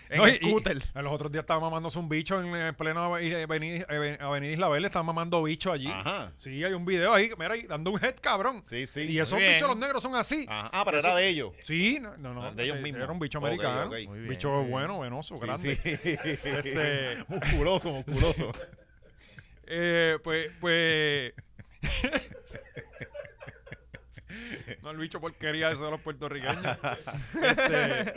En
No, y-
scooter.
y- a los otros días estaba mamándose un bicho en, eh, plena avenida, aven- avenida Isla Verde, estaban mamando bicho allí.
Ajá.
Sí, hay un video ahí, mira, ahí, dando un head, cabrón.
Sí, sí.
y esos
muy bien.
bichos los negros son así.
Ajá. Ah, pero era de ellos.
Sí, no, no, no,
Ah, de ellos
eh,
mismos.
Era un bicho
Ok,
americano.
ok. Muy
bien,
bicho
muy bien.
bueno, venoso,
Sí,
grande.
sí.
Este-
musculoso, musculoso.
Eh, pues, pues. No, el bicho porquería ese de los puertorriqueños. Este,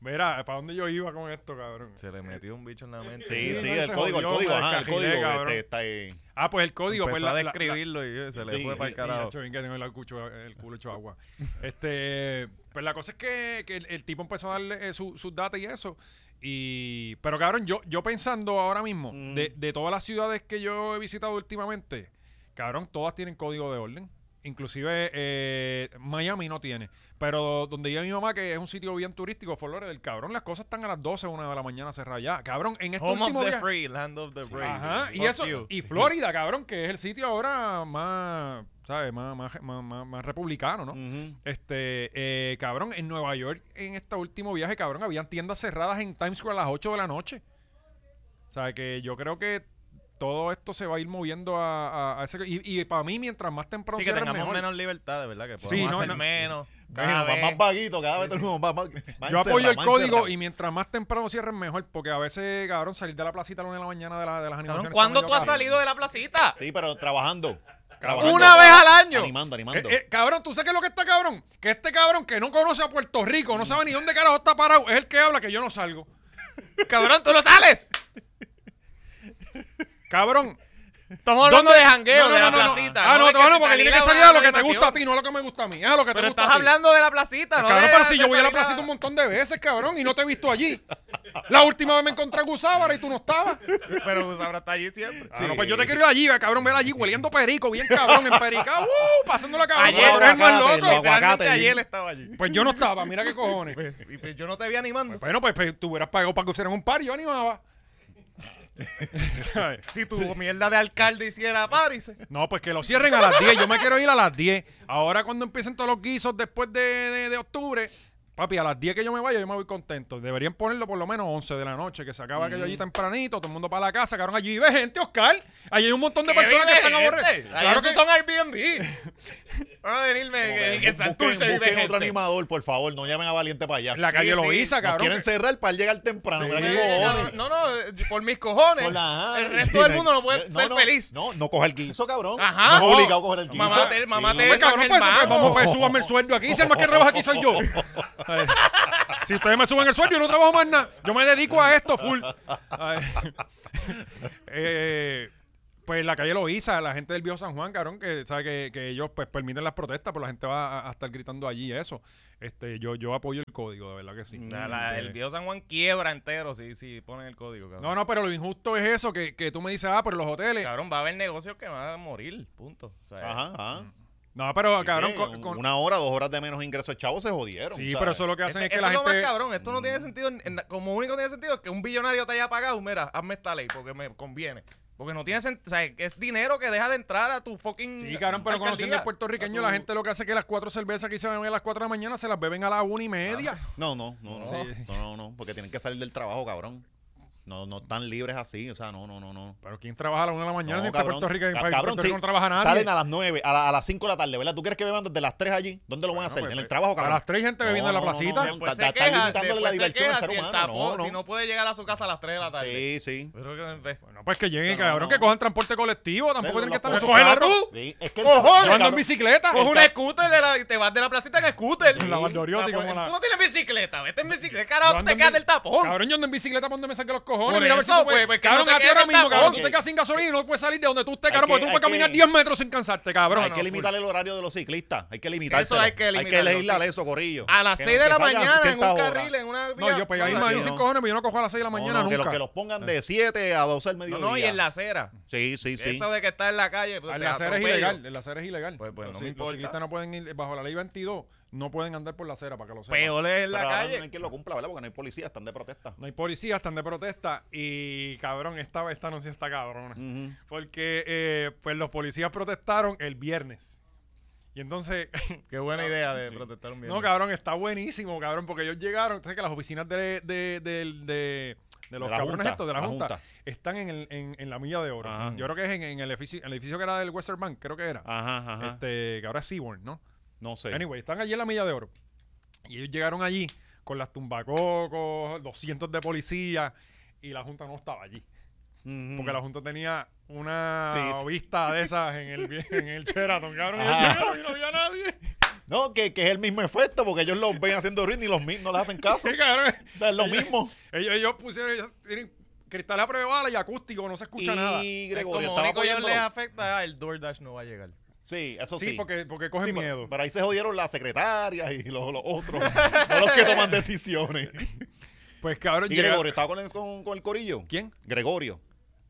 mira, ¿para dónde yo iba con esto, cabrón?
Se le metió un bicho en la mente.
Sí, sí,
no,
el
se
código, el
jodió,
código,
me
ajá, el
descarrilé,
código
cabrón.
este, está ahí.
Ah, pues el código.
Empezó
pues la,
a
la- la-
describirlo y eh, se le
Sí,
fue
sí,
para el
Sí,
carajo.
hecho, bien que tengo el cucho- el culo hecho agua. Este, pues la cosa es que, que el, el tipo empezó a darle eh, su- sus datos y eso. Y, pero cabrón, yo, yo pensando ahora mismo, de, de todas las ciudades que yo he visitado últimamente, cabrón, todas tienen código de orden. Inclusive eh, Miami no tiene. Pero donde vive mi mamá, que es un sitio bien turístico, Fort del cabrón, las cosas están a las 12, una de la mañana cerradas ya. Cabrón, en este
Home
último
of the
día-
free, land of the brave.
Ajá, y
Fuck
eso,
you.
y Florida, cabrón, que es el sitio ahora más, ¿sabes? Más, más, más, más- más republicano,
Mm.
¿no?
Ujú.
Este, eh, cabrón, en Nueva York, en este último viaje, cabrón, habían tiendas cerradas en Times Square a las 8 de la noche. O sea, que yo creo que todo esto se va a ir moviendo a, a- a ese... Y, para mí, mientras más temprano
Sí, que
cierren,
tengamos
mejor.
menos libertad, de verdad, que
Sí,
podamos
no,
hacer
no.
menos. cada
Bueno, va
vez.
más vaguito, cada vez todo el mundo va más. va
Yo apoyo
encerrado,
el
va
código
encerrado.
y mientras más temprano cierren, mejor. Porque a veces, cabrón, salir de la placita a la una de la mañana de, la, de las
Cabrón,
animaciones...
¿Cuándo
está
tú has
medio cabrón.
salido de la placita?
Sí, pero trabajando. trabajando.
Una vez al año.
Animando, animando.
Eh, eh, cabrón, ¿tú sabes qué es lo que está cabrón? Que este cabrón que no conoce a Puerto Rico, no sabe ni dónde carajo está parado, es el que habla que yo no salgo.
Cabrón, tú no sales.
Cabrón.
Estamos hablando de jangueo,
No, no,
de la
no, no, no.
placita.
Ah, no,
de
te bueno, porque
si
tiene que
salí
salir
a
a
una
lo que te gusta a
animación.
ti, no a lo que me gusta a mí. Es a lo que
Pero
te gusta
estás
a ti.
hablando de la placita, ¿no?
cabrón,
de-
pero si
de
yo voy a la
salir
placita un montón de veces, cabrón, y no te he visto allí. La última vez me encontré a Gusábara y tú no estabas.
Pero Gusabra está allí siempre.
Ah, no, pues yo te quiero ir allí, ve, cabrón, ver allí hueliendo perico, bien cabrón, en perica, uh, pasando la cabrón.
Ayer,
pero eres el más
aguacate,
loco.
lo Ah, aguacate,
Literalmente ayer
Jim.
estaba allí.
Pues yo no estaba, mira qué cojones.
Y pues yo no te vi animando.
Bueno, pues, pues, tú hubieras pagado para que hicieran un par, yo animaba. ¿Sabes?
pues.
Si tu mierda de alcalde hiciera párese.
No, pues que lo cierren a las 10. Yo me quiero ir a las 10. Ahora cuando empiecen todos los guisos después de, de- de octubre, papi, a las 10 que yo me vaya, yo me voy contento. Deberían ponerlo por lo menos 11 de la noche, que se acaba aquello allí tempranito, todo el mundo para la casa, cabrón, allí vive gente, Oscar. Allí hay un montón
Este
de personas que están aborrecidas.
Claro
Claro que
esos son Airbnb. Van a venirme que, que en Santurce
Busquen,
vive
busquen otro
gente.
animador, por favor, no llamen a Valiente para allá.
la calle
Sí,
lo
sí.
Loiza,
Nos
cabrón.
quieren
que-
cerrar para llegar temprano.
Sí.
mira qué
Mira,
cojones.
cabrón, No, no, eh, por mis cojones.
Por la- ah,
el resto del
Sí,
mundo no puede ser
no,
feliz.
No, no coge el guiso, cabrón.
Ajá.
No es obligado a coger el guiso.
Mamá te- mamá
Sí.
te-
Pues, cabrón,
San
pues,
Germán.
pues, vamos, pues súbame el sueldo aquí. Si el más que trabaja aquí soy yo. Ay, Si ustedes me suben el sueldo, yo no trabajo más nada. Yo me dedico a esto full. Ay, eh, pues la calle Loiza, la gente del viejo San Juan, cabrón, que sabe que, que ellos pues permiten las protestas, pero la gente va a, a estar gritando allí eso. Este, yo, yo apoyo el código, de verdad que sí.
La- la- el
Este,
viejo San Juan quiebra entero si, si ponen el código, cabrón.
No, no, pero lo injusto es eso, que, que tú me dices, ah, pero los hoteles.
Cabrón, va a haber negocios que van a morir, punto. O sea,
Ajá, ajá.
No, pero cabrón,
Sí,
con, con-
una hora, dos horas de menos ingresos chavos se jodieron.
Sí,
¿sabes?
pero eso lo que
Ese-
hacen es, que
eso
la
es lo
gente.
más cabrón. Esto no
Mm.
tiene sentido. en- en- como único que tiene sentido es que un billonario te haya pagado. Mira, hazme esta ley porque me conviene. Porque no tiene sentido. O sea, es dinero que deja de entrar a tu fucking.
Sí, cabrón, pero conociendo
alcaldía.
el puertorriqueño,
Ah,
A
la
tu-
gente lo que hace es que las cuatro cervezas que se beben a las cuatro de la mañana se las beben a las una y media.
No, no, no, no.
Sí.
No, no, no, porque tienen que salir del trabajo, cabrón. No, no están libres así, o sea, no, no, no, no.
Pero ¿quién trabaja a las una de la mañana
No,
si está
cabrón.
Puerto Rico? En
Ca-
Puerto
cabrón,
Rico
sí,
no trabaja nadie.
Salen a las 9, a, la- a las 5 de la tarde, ¿verdad? ¿Tú crees que beban desde las 3 allí? ¿Dónde lo van
Bueno,
a hacer?
pues,
en el
pues,
trabajo,
a
cabrón.
las tres, gente bebiendo en la placita.
no,
Después
está-
pues, se
está
queja,
limitándole la
después se
diversión
queja
al ser
si el
humano.
tapón-
no,
Si
no.
no puede llegar a su casa a las 3 de la
Sí,
tarde.
sí.
Pero que-
Bueno, pues que lleguen,
No, no,
cabrón,
no. pues,
que cojan transporte colectivo, tampoco tienen que estar en esos
cógelo
carros.
tú.
Sí, es que el-
¡Cojones,
Yo ando en
cabrón,
bicicleta.
Coge
Está-
un scooter de la- y te vas de la placita en scooter.
En la Valdoriotti,
Ah, pues,
como la-
Tú no tienes bicicleta, vete en bicicleta,
yo
carajo,
ando
te
en
quedas
bi-
del tapón.
Cabrón, yo ando en bicicleta por donde me saque los cojones.
Por
Mira, a ver si
eso,
tú puedes-
pues, que
Cabrón,
no te
a ti
quedes
ahora
en el
mismo, cabrón, tú
tapón.
te quedas sin gasolina y no puedes salir de donde tú estés,
Hay
cabrón,
que-
porque tú
hay
puedes caminar
que-
10 metros sin cansarte, cabrón.
Hay
No,
que limitar
full.
el horario de los ciclistas. Hay que limitar
Eso hay que limitarlo,
legislar
sí.
eso, Corillo.
A las
Que
6
no- que
de la
salgan a
mañana en
60
un
horas.
carril, en una
No, yo pues ahí
no,
me
sí,
dicen
no.
cojones, pero yo no cojo a las 6 de la
No,
mañana
no, que los que
nunca.
los pongan de 7 a 12 del
No,
mediodía.
no, y en la acera.
Sí, sí, sí.
Eso de que está en la calle. pues,
El
te
acera es
atropello.
ilegal, el acera es ilegal.
Pues, pues,
los,
no me
ci- los
importa.
ciclistas no pueden ir, bajo la ley 22, no pueden andar por la acera, para que lo sepan.
Peor es en
Pero
la
ahora
calle.
No hay quien lo cumpla, ¿verdad? Porque no hay policía, están de protesta.
No hay policías, están de protesta y cabrón, esta, esta noticia está cabrona.
Ujú.
Porque eh, pues los policías protestaron el viernes. Y entonces,
Qué buena idea de protestar un
no cabrón, está buenísimo, cabrón, porque ellos llegaron, entonces que las oficinas de, de, del- de- de los
De la
cabrones
Junta,
estos, de la,
la
junta,
Junta.
están en, el- en- en la milla de oro.
Ajá.
Yo creo que es en, en el, edificio, el edificio que era del Western Bank, creo que era.
Ajá, ajá.
Este, que ahora es Seaborn, ¿no?
no sé.
Anyway, están allí en la milla de oro. Y ellos llegaron allí con las tumbacocos, los cientos de policías, y la Junta no estaba allí.
Ujú.
Porque la Junta tenía una
Mm. Sí, sí.
vista de esas en el, vie- en el Sheraton, cabrón. Y yo
Ajá.
llego y no había nadie.
No, que, que es el mismo efecto, porque ellos los ven haciendo ritmo y los mi- no les hacen caso.
Sí, cabrón.
O sea, Es lo mismo.
Ellos, ellos pusieron, ellos tienen cristales a prueba de bala y acústico, no se escucha nada.
Y
Es
Gregorio
como
estaba
único ellos
apoyándolo.
les afecta, ah, el DoorDash no va a llegar.
Sí, eso sí.
Sí, porque, porque cogen
Sí, pero-
miedo.
Pero, ahí se jodieron las secretarias y los, los otros, no los que toman decisiones.
Pues cabrón,
Y
llega-
Gregorio estaba con el, con, con el corillo.
¿Quién?
Gregorio.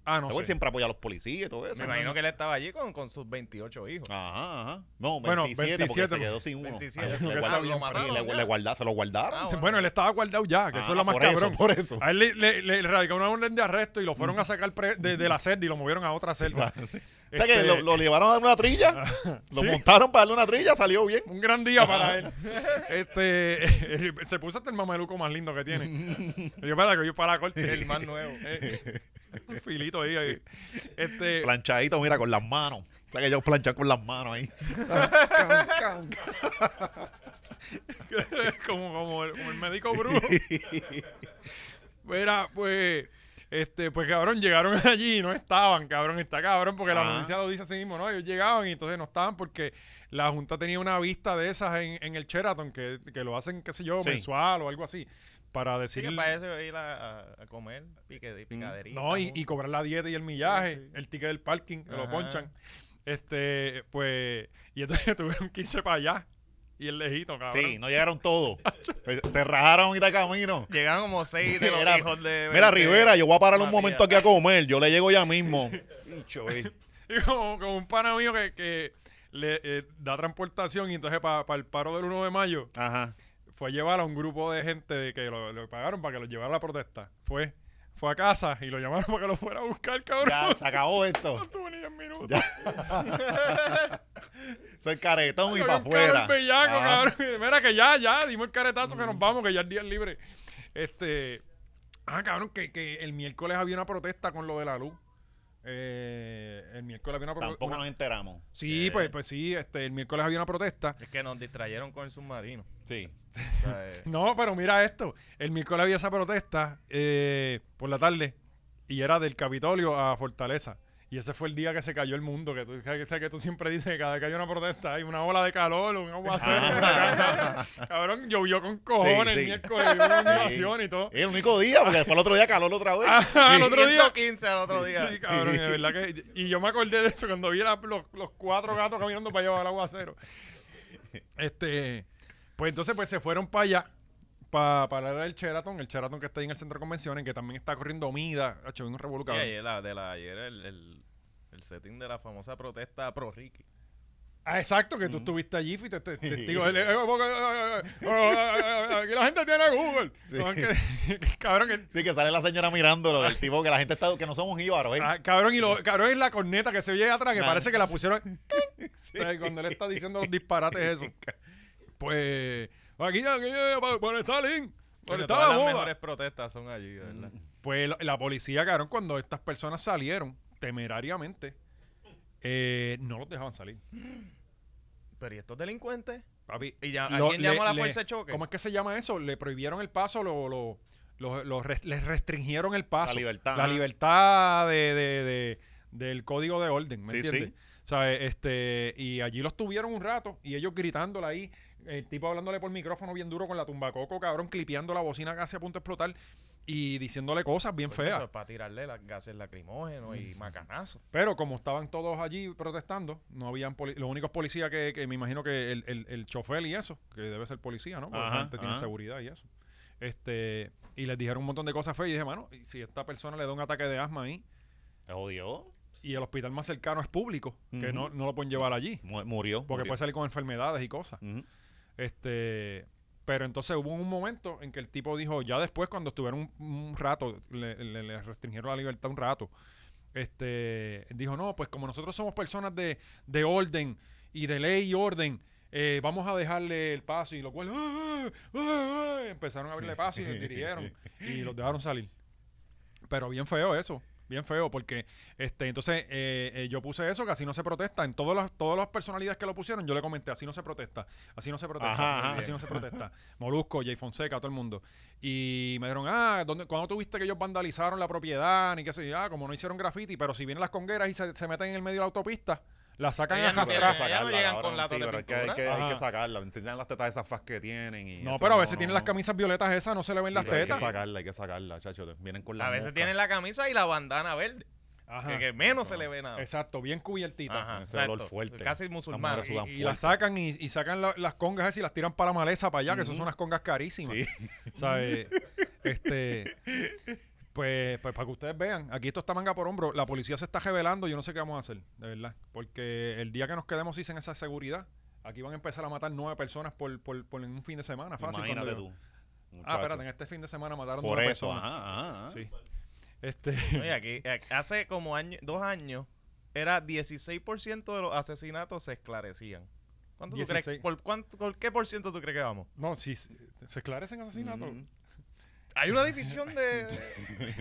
Ah, no
Este güey
sé.
siempre apoya a los policías y todo eso.
Me imagino que él estaba allí con, con sus 28 hijos.
Ajá, ajá. No, 27,
Bueno,
porque
27.
se quedó sin uno.
27.
Ay, le
Ah,
guardaron-
lo mataron
y le-
ya.
le guarda- se lo guardaron.
Ah,
Bueno, él estaba guardado ya, que eso
Ah,
es lo más
por
cabrón.
Eso, por eso.
A él le, le, le radicaron una orden de arresto y lo fueron a sacar pre- de, de la celda y lo movieron a otra celda.
O sea que
Este,
lo, lo llevaron a dar una trilla, lo
Sí.
montaron para darle una trilla, salió bien.
Un gran día para él. Este, se puso hasta el mamaluco más lindo que tiene. Yo para que yo para la corte.
El más nuevo.
Eh, un filito ahí. ahí. Este,
Planchadito, mira, con las manos. O sea que ellos planchan con las manos ahí.
como, como, el, como el médico brujo. Mira, pues, este, pues cabrón, llegaron allí y no estaban, cabrón, está cabrón, porque la
Ajá.
noticia lo dice así mismo, ¿no? Ellos llegaban y entonces no estaban porque la Junta tenía una vista de esas en, en el Sheraton, que, que lo hacen, qué sé yo,
Sí.
mensual o algo así, para
Sí,
decir...
que para eso ir a, a- a comer pique, picadería.
Mm, No, y, y cobrar la dieta y el millaje, el ticket del parking, te lo
Ajá.
ponchan. Este, pues, y entonces tuvieron que irse para allá. Y el lejito, cabrón.
Sí, no llegaron todos. Se rajaron y de camino.
Llegaron como seis de los
Mira,
hijos de...
Mira,
20.
Rivera, yo voy a parar un
Matías.
momento aquí a comer. Yo le llego ya mismo.
Y como, como un pana mío que, que le eh, da transportación y entonces para el paro del 1 de mayo
Ajá.
fue a llevar a un grupo de gente de que lo, lo pagaron para que lo llevara a la protesta. Fue, fue a casa y lo llamaron para que lo fuera a buscar, cabrón.
Ya, se acabó esto.
No tuvo ni 10 minutos.
Soy caretón y
Había
para
un cabrón
afuera.
bellaco,
Ah,
cabrón. Mira que ya, ya, dimos el caretazo que nos vamos, que ya el día es libre. Este. Ah, cabrón, que, que el miércoles había una protesta con lo de la luz. Eh, el miércoles había una
Tampoco nos
protesta.
enteramos.
Sí, pues, pues sí, este, el miércoles había una protesta.
Es que nos distrayeron con el submarino.
Sí.
O sea, eh,
No, pero mira esto. El miércoles había esa protesta eh, por la tarde y era del Capitolio a Fortaleza. Y ese fue el día que se cayó el mundo. Que tú, que, que- que tú siempre dices que cada vez que hay una protesta hay una ola de calor, un aguacero. un huracán. Cabrón, llovió con cojones
Ah. Sí,
el
sí.
miércoles, hubo inundación y todo.
Es el único día, porque después el otro día calor otra vez.
Ajá, el otro día.
115 al otro día.
Sí, cabrón, de verdad que. Y yo me acordé de eso cuando vi la- los, los cuatro gatos caminando para allá al aguacero. Este. Pues entonces, pues se fueron para allá. Para para el Sheraton, el Sheraton que está ahí en el centro de convenciones, que también está corriendo Mida, ha hecho un revolú,
Y
cabrón.
ayer, la, de la, ayer el, el, el setting de la famosa protesta pro Ricky.
Ah, exacto, que tú estuviste allí, fuiste te- testigo. Eh, eh, porque, eh, eh, eh, eh, Aquí la gente tiene Google. No, que- Cabrón, que-
Sí, que sale la señora mirándolo, el tipo que la gente está, que no somos íbaros, ¿eh?
Ah, cabrón, y lo, cabrón es la corneta que se oye atrás, que
Nah.
parece que la pusieron. O sea, cuando él está diciendo los disparates, eso. Pues, aquí, aquí, para, para Stalin, para
Porque
estar
todas
la
las
moda.
mejores protestas son allí, de ¿verdad?
Mm.
Pues la, la policía, cabrón, cuando estas personas salieron, temerariamente, eh, no los dejaban salir.
Pero ¿y estos delincuentes?
Papi,
¿Y ya,
lo-
alguien llamó a la
le-
fuerza
le-
de choque?
¿Cómo es que se llama eso? Le prohibieron el paso, lo, lo- lo- lo res- les restringieron el paso.
La libertad.
La libertad de, de- de- del código de orden, ¿me
Sí,
entiendes? ¿Sabes? Este, y allí los tuvieron un rato y ellos gritándole ahí, el tipo hablándole por micrófono bien duro con la tumbacoco, cabrón, clipeando la bocina casi a punto de explotar y diciéndole cosas bien
Coño,
feas.
eso es para tirarle las gases lacrimógenos y macanazos.
Pero como estaban todos allí protestando, no habían poli- los únicos policías que, que me imagino que el, el- el chofer y eso, que debe ser policía, ¿no? Porque esa
Ajá,
gente tiene
ajá.
seguridad y eso. Este, y les dijeron un montón de cosas feas y dije, mano, y si esta persona le da un ataque de asma ahí
Se jodió.
y el hospital más cercano es público, que
Ujú.
no, no lo pueden llevar allí,
Mu- Murió.
porque pues,
murió.
puede salir con enfermedades y cosas.
Ujú.
Este, pero entonces hubo un momento en que el tipo dijo, ya después cuando estuvieron un, un rato, le, le- le restringieron la libertad un rato, este, dijo, no, pues como nosotros somos personas de, de orden y de ley y orden, eh, vamos a dejarle el paso y lo cual, "Ah, ah, ah", empezaron a abrirle paso y les dirigieron y los dejaron salir. Pero bien feo eso. bien feo, porque este, entonces eh, eh, yo puse eso, que así no se protesta. En todas las, todas las personalidades que lo pusieron, yo le comenté, así no se protesta, así no se protesta,
Ajá, ajá.
así no se protesta. Molusco, Jay Fonseca, todo el mundo. Y me dijeron, ah, ¿dónde, ¿cuándo tuviste que ellos vandalizaron la propiedad? Ni qué sé yo, ah, como no hicieron graffiti, pero si vienen las congueras y se, se meten en el medio de la autopista, la sacan a
Ellas no
arrastrar.
tienen-
hay que
ya no llegan con
cabrón,
latas
sí,
de
pero hay que, hay
pintura.
que, hay que
Ajá.
sacarla. Enseñan las tetas esas fas que tienen. Y
No,
eso
pero a veces
no,
tienen
no.
las camisas violetas esas, no se le ven las
Pero Hay que
tetas.
sacarla, hay que sacarla, chacho. te- Vienen con la
A veces
mosca.
tienen la camisa y la bandana verde,
Ajá.
que, que menos se le ve nada.
Exacto, bien cubiertita.
Ajá,
Ah. Ese olor
exacto.
fuerte.
Casi
Esas
musulmán.
mujeres sudan
Y, y las sacan y, y sacan la- las congas esas y las tiran para la maleza para allá, que eso son unas congas carísimas. ¿Sabes? Este. Pues, pues para que ustedes vean, aquí esto está manga por hombro. La policía se está revelando, yo no sé qué vamos a hacer, de verdad. Porque el día que nos quedemos sin esa seguridad, aquí van a empezar a matar nueve personas por, por, por un fin de semana. Fácil, cuando
Imagínate
yo-
tú.
Ah,
muchacho.
espérate, en este fin de semana mataron
Por
nueve
eso,
personas.
ajá, ajá, ajá.
Sí. Este.
Oye, aquí, aquí- hace como año, dos años, era 16% de los asesinatos se esclarecían. ¿Cuánto tú crees-
16.
¿Por, cuánto, por qué por ciento tú crees que vamos?
No, si si- se esclarecen asesinatos.
Mm.
Hay una división de...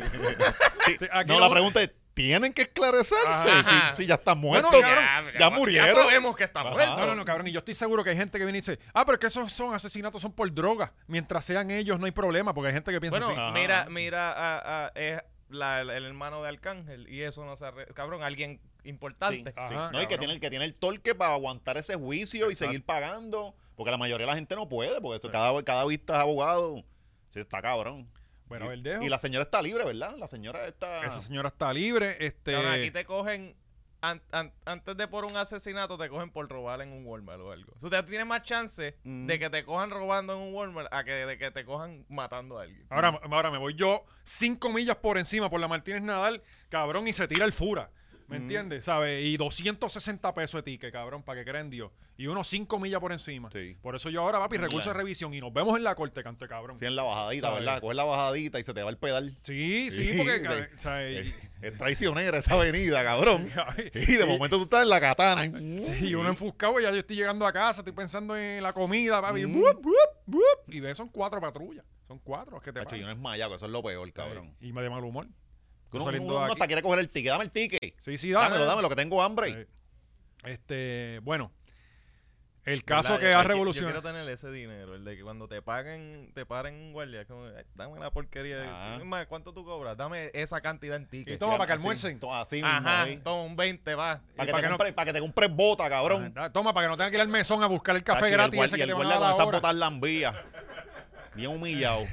Sí,
Sí, aquí
No,
lo-
la pregunta es, ¿tienen que esclarecerse?
Ajá.
Si, si ya están muertos,
Bueno,
ya,
ya-
ya murieron.
Ya sabemos que está
Ajá.
muerto.
No, no, no, cabrón. Y yo estoy seguro que hay gente que viene y dice, ah, pero que esos son asesinatos, son por droga. Mientras sean ellos, no hay problema, porque hay gente que piensa
Bueno,
así.
Ajá.
mira, mira, a- a- es la- el, el hermano de Arcángel y eso no se arre- Cabrón, alguien
Sí,
importante.
sí.
Ajá,
no, y que
cabrón.
tiene, el que tiene el torque para aguantar ese juicio y seguir pagando. Porque la mayoría de la gente no puede, porque esto, cada, cada vista es abogado. Sí, está cabrón.
ah,
Bueno,
y,
a ver, dejo.
y la señora está libre, ¿verdad? La señora está...
Esa señora está libre. Este,
Cabrón, aquí te cogen... an- an- antes de por un asesinato te cogen por robar en un Walmart o algo. Tú te tienes más chance
Mm.
de que te cojan robando en un Walmart a que de que te cojan matando a alguien.
ahora, ahora me voy yo cinco millas por encima por la Martínez Nadal, cabrón, y se tira el fura. ¿Me entiendes? ¿Sabes? Y 260 pesos de ticket, cabrón, para que crean Dios. Y unos cinco millas por encima.
Sí.
Por eso yo ahora, papi, recurso de
Claro.
revisión y nos vemos en la corte, canto de cabrón.
Sí, en la bajadita,
¿Sabe?
¿verdad? Coge la bajadita y se te va el pedal.
Sí, sí, porque... ca-
sí.
¿sabes?
Es, es traicionera esa avenida, cabrón. Y
Y-
de momento tú estás en la katana.
Sí, uno enfuscado, ya yo estoy llegando a casa, estoy pensando en la comida, papi. y
Mm.
bup, bup, bup, y ve, son cuatro patrullas. Son cuatro, es que te
Cacho,
paran.
yo no es mayaco, eso es lo peor, cabrón.
Y me de mal humor. Yo
Uno,
saliendo
uno-
de
uno
aquí.
hasta quiere coger el ticket. Dame el ticket.
Sí, sí, dame.
Dámelo, dámelo, que tengo hambre.
Eh, Este, bueno.
Pues
El caso
¿Verdad?
que
Yo-
ha
yo- Yo
revolucionado.
quiero tener ese dinero, el de que cuando te paguen, te paren un guardia, es como, "Ay, dame la porquería. de-
Ah.
Es más, ¿cuánto tú cobras? Dame esa cantidad en
Y
tickets.
toma para que
Así,
almuercen.
todo Así mismo,
Ajá,
ahí.
toma un 20, va.
Para que,
para
te
que no-
compres, para que te compres bota, cabrón.
Ah, Toma, para que no tengan que ir al mesón a buscar el café
Tacho, y el
gratis
guardia-
ese
y
que
el
te van a
guardia
dar
con esas
ahora.
botas lambías. Bien humillado.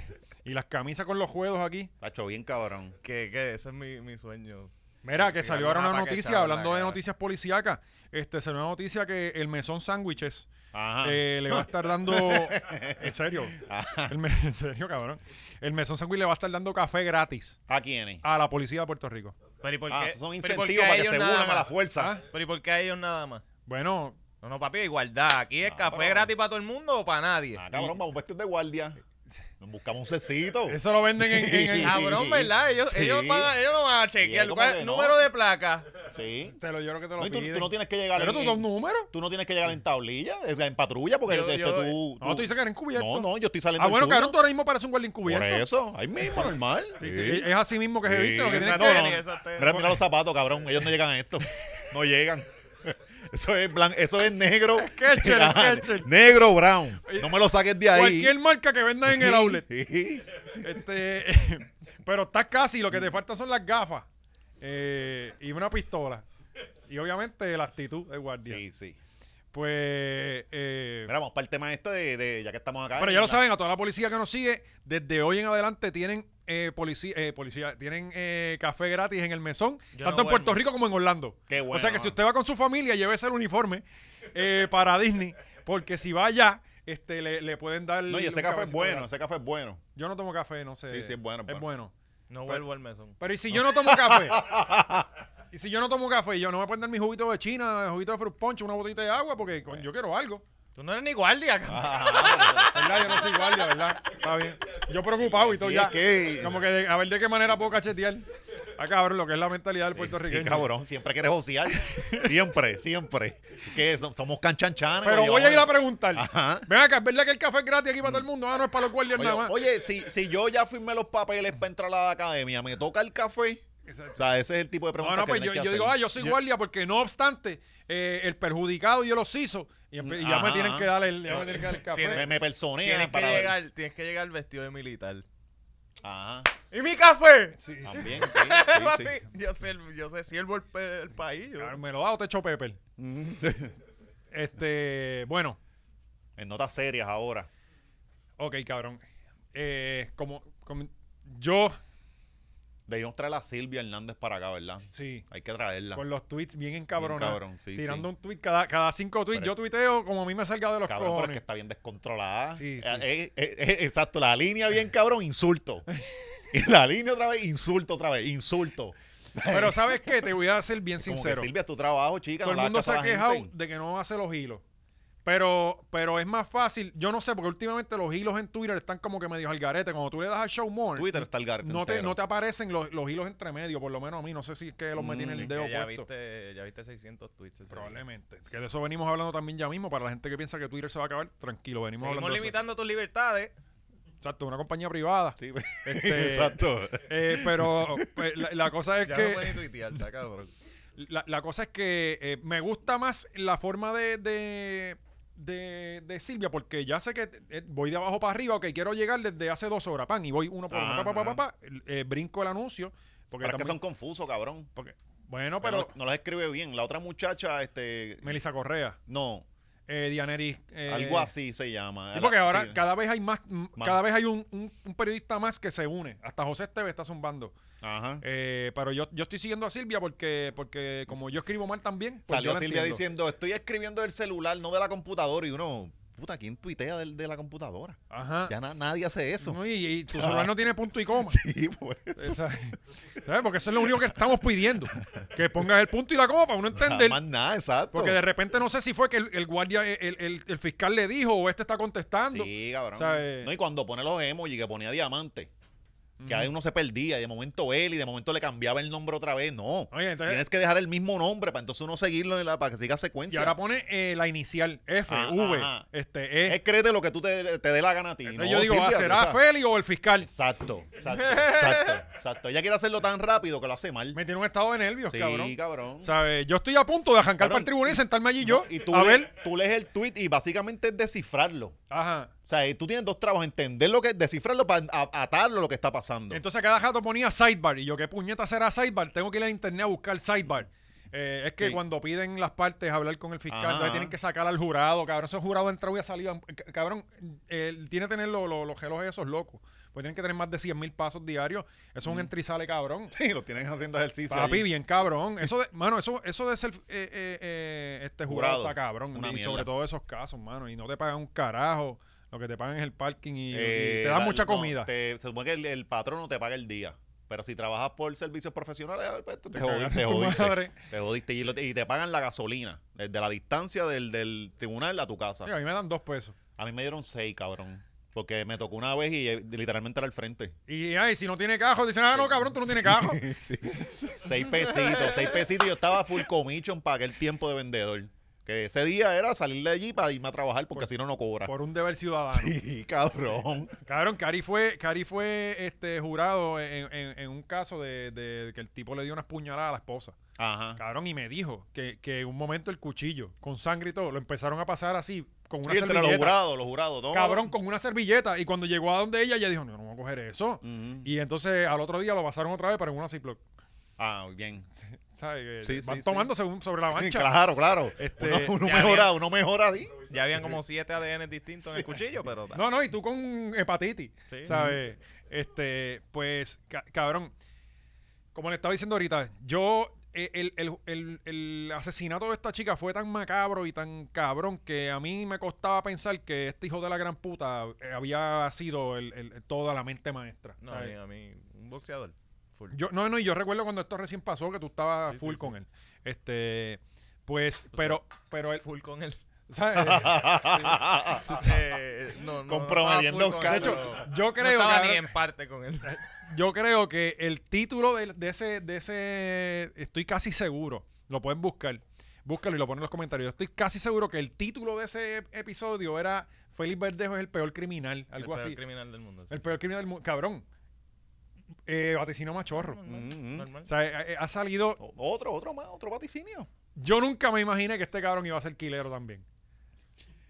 Y las camisas con los juegos aquí.
Tacho, bien cabrón.
Que, que ese es mi, mi sueño.
Mira, que
Sí,
salió
alguna
ahora una
paquetada en
noticia,
la
hablando de
cara.
noticias policíacas, este, salió una noticia que el mesón sándwiches
Ajá.
eh, le va a estar dando. en serio.
Ah.
El me- en serio, cabrón. El mesón sándwich le va a estar dando café gratis
¿A quiénes?
a la policía de Puerto Rico.
Pero ¿y por
Ah,
qué?
esos son
pero ¿y por qué
incentivos para que
ellos
se
nada
unan a la
más?
fuerza.
Ah,
Pero ¿y por qué a ellos nada más?
Bueno,
No, no, papi, igualdad. Aquí es
Ah,
café
pero-
gratis para todo el mundo o para nadie.
Ah, cabrón, vamos vestidos de guardia. Nos buscamos un cecito.
eso lo venden en, en el-
Cabrón, ¿verdad? Ellos,
Sí.
ellos, van a- ellos no van a chequear.
Sí, ¿cómo
¿Cuál-
que no?
Número de placa.
Sí.
Te lo yo creo que te lo
No, y tú,
piden.
tú no tienes que llegar
Pero
en-
tú das un
en,
número.
tú no tienes que llegar en tablilla, es en patrulla, porque
Yo-
este,
yo-
tú,
No, tú dices que era encubierto.
No, no, yo estoy saliendo
Ah,
del
bueno,
turno.
cabrón, tú ahora mismo pareces un guardia
Por
encubierto.
eso, ahí mismo, normal.
Sí,
Sí.
te- Es así mismo que se viste lo que
Sí,
tienes
no,
que
no,
tener, esa tela.
Mira, mira los zapatos, cabrón. Ellos no llegan a esto. No llegan. Eso es blanco, eso es negro.
Sketcher,
Ajá,
Sketcher.
Negro brown. No me lo saques de ahí.
Cualquier marca que vendan en el outlet.
Sí.
Este, pero estás casi, lo que te faltan son las gafas eh, y una pistola. Y obviamente la actitud de guardia.
Sí, sí.
Pues. eh,
Mira, vamos para el tema este de, de- ya que estamos acá.
pero
en
ya lo
la-
saben, a toda la policía que nos sigue, desde hoy en adelante tienen eh, policía, eh, policía, tienen eh, café gratis en el mesón,
Yo
tanto
no
en Puerto
duermo.
Rico como en Orlando.
Qué
o
bueno,
sea que
mano.
si usted va con su familia, llévese el uniforme eh, para Disney, porque si va allá, este, le, le pueden dar.
No, y ese
un
café es
cabecito
bueno,
gratis.
ese café es bueno.
Yo no tomo café, no sé.
Sí, sí, es bueno, es
Es bueno.
No vuelvo al mesón.
Pero ¿y si yo no tomo café? ¿Y si yo no tomo café? Yo no voy a poner mi juguito de China, juguito de fruit punch, una botita de agua, porque coño, yo quiero algo.
Tú no eres ni
Ah.
guardia, cabrón.
¿Verdad? Yo no soy guardia, ¿verdad? Está bien. Yo preocupado y todo
Sí,
ya.
es que-
Como que de- a ver de qué manera puedo cachetear. Ah, cabrón, lo que es la mentalidad del puertorriqueño.
Sí, cabrón, siempre quieres josear. siempre, siempre. Que so- somos canchanchanes.
Pero
oye,
voy a ir a
vamos.
preguntar.
Ajá.
Ven acá, ¿es verdad que el café es gratis aquí para todo el mundo? Ah, no, es para los guardias nada más.
Oye, oye, si, si yo ya firmé los papeles para entrar a la academia, ¿me toca el café? O
Exacto.
sea, ese es el tipo de
No,
pregunta
no,
que
pues
no hay
yo,
que
yo
hacer.
digo, ah, yo soy guardia porque no obstante, eh, el perjudicado yo los hizo y, empe- y ya me
Ajá,
tienen
ajá.
que dar el, ya me tienen que dar el café.
me, me personean
Tienes que,
para ver.
llegar, tienes que llegar vestido de militar.
Ajá,
¡Y mi café!
Sí.
también, sí, sí, sí.
Papi, Yo, sé, yo sé, sirvo el, pe- el país. yo-
Claro, ¿Me lo da o te echo Pepper?
Mm.
Este, bueno,
En notas serias ahora.
ok, cabrón. Eh, como, como yo,
Debimos traer a Silvia Hernández para acá, ¿verdad?
sí,
Hay que traerla.
con los tweets bien encabronados.
cabrón, sí,
tirando
sí.
un tweet cada, cada cinco tweets.
Pero-
yo tuiteo como a mí me salga de los
Cabrón, pero es que
cojones.
está bien descontrolada.
Sí, sí.
Eh, eh, eh, eh, exacto, la línea bien cabrón, insulto. Y la línea otra vez, insulto otra vez, insulto.
Pero ¿sabes qué? Te voy a ser bien
Como
sincero.
que Silvia, es tu trabajo, chica.
Todo el
no le hagas
mundo se
caso
ha
a la
quejado
gente.
de que no hace los hilos. Pero, pero es más fácil. Yo no sé, porque últimamente los hilos en Twitter están como que medio al garete. Cuando tú le das a Show More,
Twitter está el garete
no te,
entero.
no te aparecen los, los hilos entre medio, por lo menos a mí. No sé si es que los
Mm,
metí en el
Que
dedo
ya,
puesto.
viste, ya viste 600 tweets. ese día.
Probablemente. Que de eso venimos hablando también ya mismo. Para la gente que piensa que Twitter se va a acabar, tranquilo, venimos
Seguimos
hablando. de eso.
limitando tus libertades.
Exacto, una compañía privada.
Sí,
Este,
exacto.
Eh, pero pues, la, la cosa es
Ya
que.
no puedes ni tuitear, está cabrón.
La, la cosa es que eh, me gusta más la forma de, de, de- de Silvia, porque ya sé que eh, voy de abajo para arriba, ok, quiero llegar desde hace dos horas, pan, y voy uno por uno, pa, pa, pa, pa, pa, eh, brinco el anuncio. Porque
Pero es que
también-
son confusos, cabrón.
porque- bueno,
Pero
pero
no, no las escribe bien. La otra muchacha, este.
Melissa Correa,
No,
eh, Dianeris. eh,
algo así se llama.
sí, porque
La-
ahora
sí.
cada vez hay más, m-
Más.
cada vez hay un, un- un periodista más que se une. Hasta José Esteve está zumbando.
Ajá.
Eh, pero yo, yo estoy siguiendo a Silvia porque, porque como yo escribo mal también. pues yo
Salió
la
Silvia
entiendo.
diciendo: Estoy escribiendo del celular, no de la computadora. Y uno, puta, ¿quién tuitea del- de, la computadora?
Ajá.
Ya na- nadie hace eso.
No, y, y tu celular no tiene punto y coma.
Sí, pues, por eso.
Esa- ¿Sabes? Porque eso es lo único que estamos pidiendo. Que pongas el punto y la coma para uno entender.
Más nada, exacto.
Porque de repente no sé si fue que el, el guardia, el, el- el fiscal le dijo o este está contestando.
Sí, cabrón.
O sea, eh,
No, y cuando pone los emoji que ponía diamante, que ahí uno se perdía, y de momento él, y de momento le cambiaba el nombre otra vez. No.
Oye, Ah, entonces-
Tienes que dejar el mismo nombre para entonces uno seguirlo en la- para que siga
Y
secuencia.
ahora pone eh, la inicial F,
Ah,
V,
ajá.
este E.
es créete lo que tú te, te dé la gana a ti.
Entonces
no,
yo digo,
Silvia,
ah,
tú
¿será
sabes.
Feli o el fiscal?
Exacto, exacto, exacto, exacto. Ella quiere hacerlo tan rápido que lo hace mal.
Me tiene un estado de nervios,
Sí,
cabrón.
cabrón.
¿Sabes? Yo estoy a punto de arrancar
Cabrón,
para el tribunal y sentarme allí yo.
No, y tú,
a
le-
ver.
tú lees el tweet y básicamente es descifrarlo. O
Ajá.
sea, y tú tienes dos trabajos, entender lo que es, descifrarlo para a- atarlo lo que está pasando.
Entonces cada rato ponía sidebar. Y yo, ¿qué puñeta será sidebar? Tengo que ir a internet a buscar sidebar. Eh, es que
Sí.
cuando piden las partes hablar con el fiscal,
Ajá,
entonces
ajá.
tienen que sacar al jurado, cabrón. Ese jurado entra y ha salido. C- Cabrón, él tiene que tener lo- lo- los relojes esos locos. Pues tienen que tener más de 100 mil pasos diarios. Eso es un entra y sale, cabrón.
Mm. Sí, lo tienen haciendo ejercicio.
Papi,
allí.
bien cabrón. Eso de, mano, eso, eso de ser eh, eh, eh, este jurado,
Jurado.
está cabrón.
Una
y
mierda.
sobre todo esos casos, mano. Y no te pagan un carajo. Lo que te pagan es el parking y, y
Eh,
te dan
la-
mucha
no,
comida.
te- se supone que el, el patrón no te paga el día. Pero si trabajas por servicios profesionales, ah, pues, te, jodiste.
cagaste
Te
tu
jodiste,
madre.
Te jodiste. Y, lo- y te pagan la gasolina. Desde la distancia del, del tribunal a tu casa.
Oye, a mí me dan dos pesos.
A mí me dieron seis, cabrón. Porque me tocó una vez y eh, literalmente era al frente.
Y ay, si no tiene cajo, dicen, ah, no, cabrón, tú no tienes cajo.
Seis pesitos, seis pesitos. y Yo estaba full commission para aquel tiempo de vendedor. Que ese día era salir de allí para irme a trabajar porque si no, no cobra.
Por un deber ciudadano.
Sí, cabrón.
Cabrón, Cari fue, Cari fue este, jurado en, en- en un caso de, de que el tipo le dio unas puñaladas a la esposa.
Ajá.
Cabrón, y me dijo que, que en un momento el cuchillo, con sangre y todo, lo empezaron a pasar así, con una
Y entre los
servilleta.
jurados, los jurados. todo.
Cabrón, con una servilleta. Y cuando llegó a donde ella, ella dijo, no, no voy a coger eso.
Ujú.
Y entonces al otro día lo pasaron otra vez, pero en una Ziploc.
Ah, bien.
¿Sabes?
Sí,
Van
sí, sí.
tomando según sobre la
Sí,
mancha.
Claro, claro.
Este,
uno, uno
ya
mejora,
había-
uno mejora ahí.
Ya habían como siete ADN distintos en el cuchillo, pero...
No, no, y tú con hepatitis,
Sí.
¿sabes? Este, pues, ca- cabrón, como le estaba diciendo ahorita, yo, eh, el, el- el- el asesinato de esta chica fue tan macabro y tan cabrón que a mí me costaba pensar que este hijo de la gran puta eh, había sido el- el- toda la mente maestra.
No, a
¿sabes?
mí, a mí, un boxeador. full.
Yo, no, no, y yo recuerdo cuando esto recién pasó que tú estabas
Sí, sí,
full
sí.
con él. Este, pues, pero, pero él,
full con él.
¿sabes?
Eh, no, no,
Comprometiendo
no estaba full con este,
a
él,
Oscar.
Yo-
pero
yo creo,
no estaba
cabrón.
ni en parte con él.
Yo creo que el título de, de ese, de ese, estoy casi seguro, lo pueden buscar, búscalo y lo ponen en los comentarios. Yo estoy casi seguro que el título de ese ep- episodio era Félix Verdejo es el peor criminal, algo
el peor
así.
criminal del mundo. sí.
el peor criminal del mundo, cabrón. eh, vaticino machorro.
Mm, mm.
Normal.
O sea, eh, eh, ha salido.
O- Otro, otro más, otro vaticinio.
Yo nunca me imaginé que este cabrón iba a ser quilero también.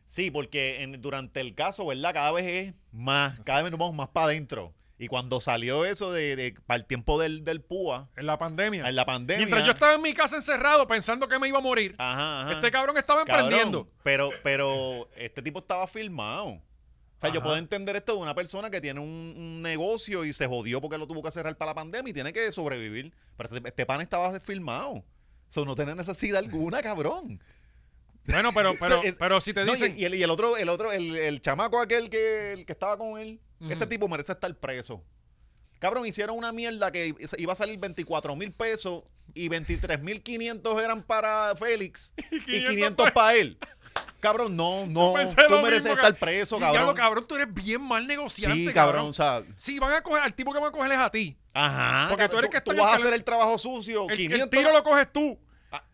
Sí, porque en- durante el caso, ¿verdad? Cada vez es más, cada vez nos vamos más para adentro. Y cuando salió eso de, de- para el tiempo del, del PUA,
En la pandemia.
en la pandemia.
Mientras yo estaba en mi casa encerrado pensando que me iba a morir,
Ajá, ajá.
este cabrón estaba
Cabrón,
emprendiendo.
Pero, pero este tipo estaba filmado. O sea, yo
Ajá.
puedo entender esto de una persona que tiene un, un negocio y se jodió porque lo tuvo que cerrar para la pandemia y tiene que sobrevivir. Pero este, este pan estaba filmado. O sea, no tenía necesidad alguna, cabrón.
Bueno, pero, pero,
es-
pero si te
No, y-
dicen.
y, el, y el otro, el otro, el, el chamaco aquel que, el que estaba con él, ese
Ujú.
tipo merece estar preso. Cabrón, hicieron una mierda que se- iba a salir 24 mil pesos y 23 mil 500 eran para Félix y
500
500 para él. Cabrón, no, no,
Pensé
tú
lo
mereces
mismo,
estar
cab-
preso,
Diablo,
cabrón.
cabrón, tú eres bien mal negociante,
Sí, cabrón,
cabrón.
o sea,
Si van a coger al tipo que van a coger es a ti.
ajá.
Porque tú
cabrón,
eres que está en
vas a
el
hacer
calen-
el trabajo sucio,
El, el
500
tiro lo coges tú.
Ah,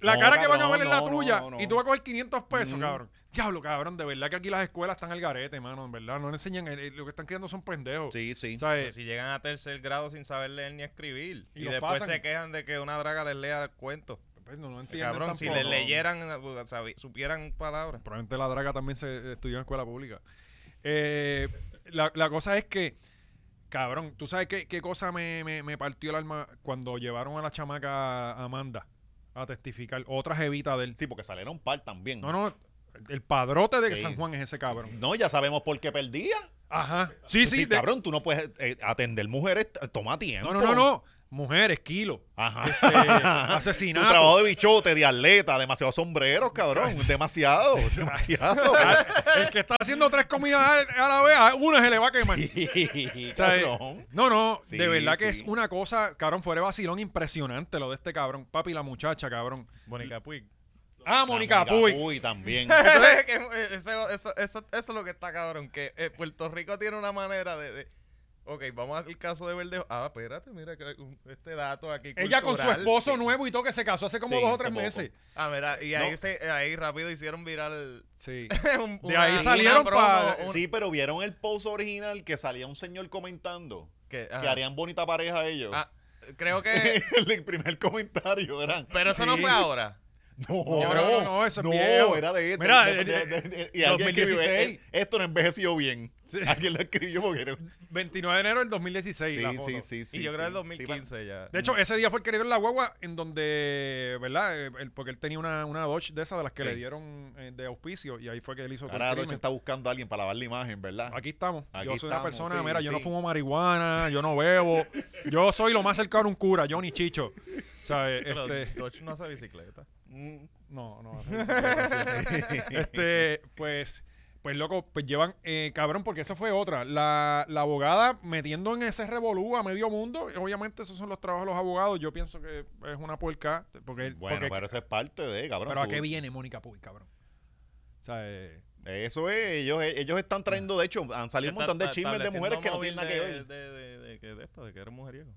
La
no,
cara que van a
cabrón,
ver es la
no, no,
tuya
no, no.
y tú vas a coger 500 pesos,
Mm.
cabrón. Diablo, cabrón, de verdad que aquí las escuelas están al garete, mano, en verdad. No le enseñan, eh, eh, lo que están criando son pendejos. eh,
Sí, pues sí.
Pero
¿Sabes?
si llegan a tercer grado sin saber leer ni escribir.
Y
Y,
los
después
pasan.
se quejan de que una draga les lea el cuento.
Pues no, no entienden
Cabrón, si
tampoco.
les leyeran, eh, sabi- supieran palabras.
Probablemente la draga también se estudió en escuela pública. Eh, la, la cosa es que, cabrón, ¿tú sabes qué, qué cosa me, me- me partió el alma cuando llevaron a la chamaca Amanda a testificar? Otra jevita del...
Sí, porque salieron par también.
No, no, el padrote de
Sí.
San Juan es ese cabrón.
No, ya sabemos por qué perdía.
Ajá. Sí,
Sí,
sí. de-
cabrón, tú no puedes eh, atender mujeres, t- toma tiempo.
no, no, no, no. Mujeres, kilo. eh,
Ajá. Tu
asesinato.
trabajo de bichote, de atleta, demasiados sombreros, cabrón. demasiado, demasiado.
El que está haciendo tres comidas a a la vez, a una se le va a quemar.
Sí,
O sea, eh,
cabrón.
No, no,
Sí,
de verdad que es
sí.
una cosa, cabrón, fuera de vacilón impresionante lo de este cabrón. Papi, la muchacha, cabrón.
Mónica Puig.
Ah, Mónica Puy.
Puy también.
Que, eh, eso, eso, eso- eso es lo que está cabrón. Que eh, Puerto Rico tiene una manera de. de- ok, vamos al caso de Verdejo. Ah, espérate, mira que, un- este dato aquí.
Ella con su
cultural.
esposo nuevo y todo que se casó hace como
Sí,
dos o
hace
tres
poco.
meses.
Ah, mira, y ahí,
No.
se, eh, ahí rápido hicieron viral.
Sí.
un-
De ahí salieron
promo,
pa-
un-
Sí, pero vieron el post original que salía un señor comentando
que,
que
ajá.
harían bonita pareja ellos.
Ah, creo que.
el primer comentario era.
Pero eso no
Sí.
fue ahora.
No,
No, no, no, eso es
no,
viejo.
era de este.
Mira,
de- de- de- de- y alguien escribió,
2016.
"Eh, esto no envejeció bien.
Sí.
Alguien lo escribió porque era-
29 de enero del 2016. la foto.
sí,
y yo creo que el
sí.
2015 ya.
De hecho, ese día fue el que le dieron la guagua en donde, ¿verdad? Eh, él- porque él tenía una, una Dodge de esas de las que
Sí.
le dieron eh, de auspicio y ahí fue que él hizo todo el
Ahora
crimen.
Doche está buscando a alguien para lavar la imagen, ¿verdad?
Aquí estamos.
Aquí
yo soy una
estamos,
persona,
sí,
mira, yo no
sí.
fumo marihuana, yo no bebo. yo soy lo más cercano a un cura, yo ni chicho. ¿Sabes?
Pero
Este,
Dodge no hace bicicleta.
no, no. este, pues, pues loco, pues llevan, eh, cabrón, porque eso fue otra. La, la abogada metiendo en ese revolú a medio mundo, obviamente esos son los trabajos de los abogados. Yo pienso que es una puerca. Porque,
Bueno,
porque-
pero eso es parte de, cabrón.
pero ¿a
tú-
qué viene Mónica Puy, cabrón? O sea, eh,
Eso es, ellos, ellos están trayendo, de hecho, han salido un montón de chismes de mujeres que no tienen nada que ver.
De, de, de, de, de esto, de que eres mujeriego.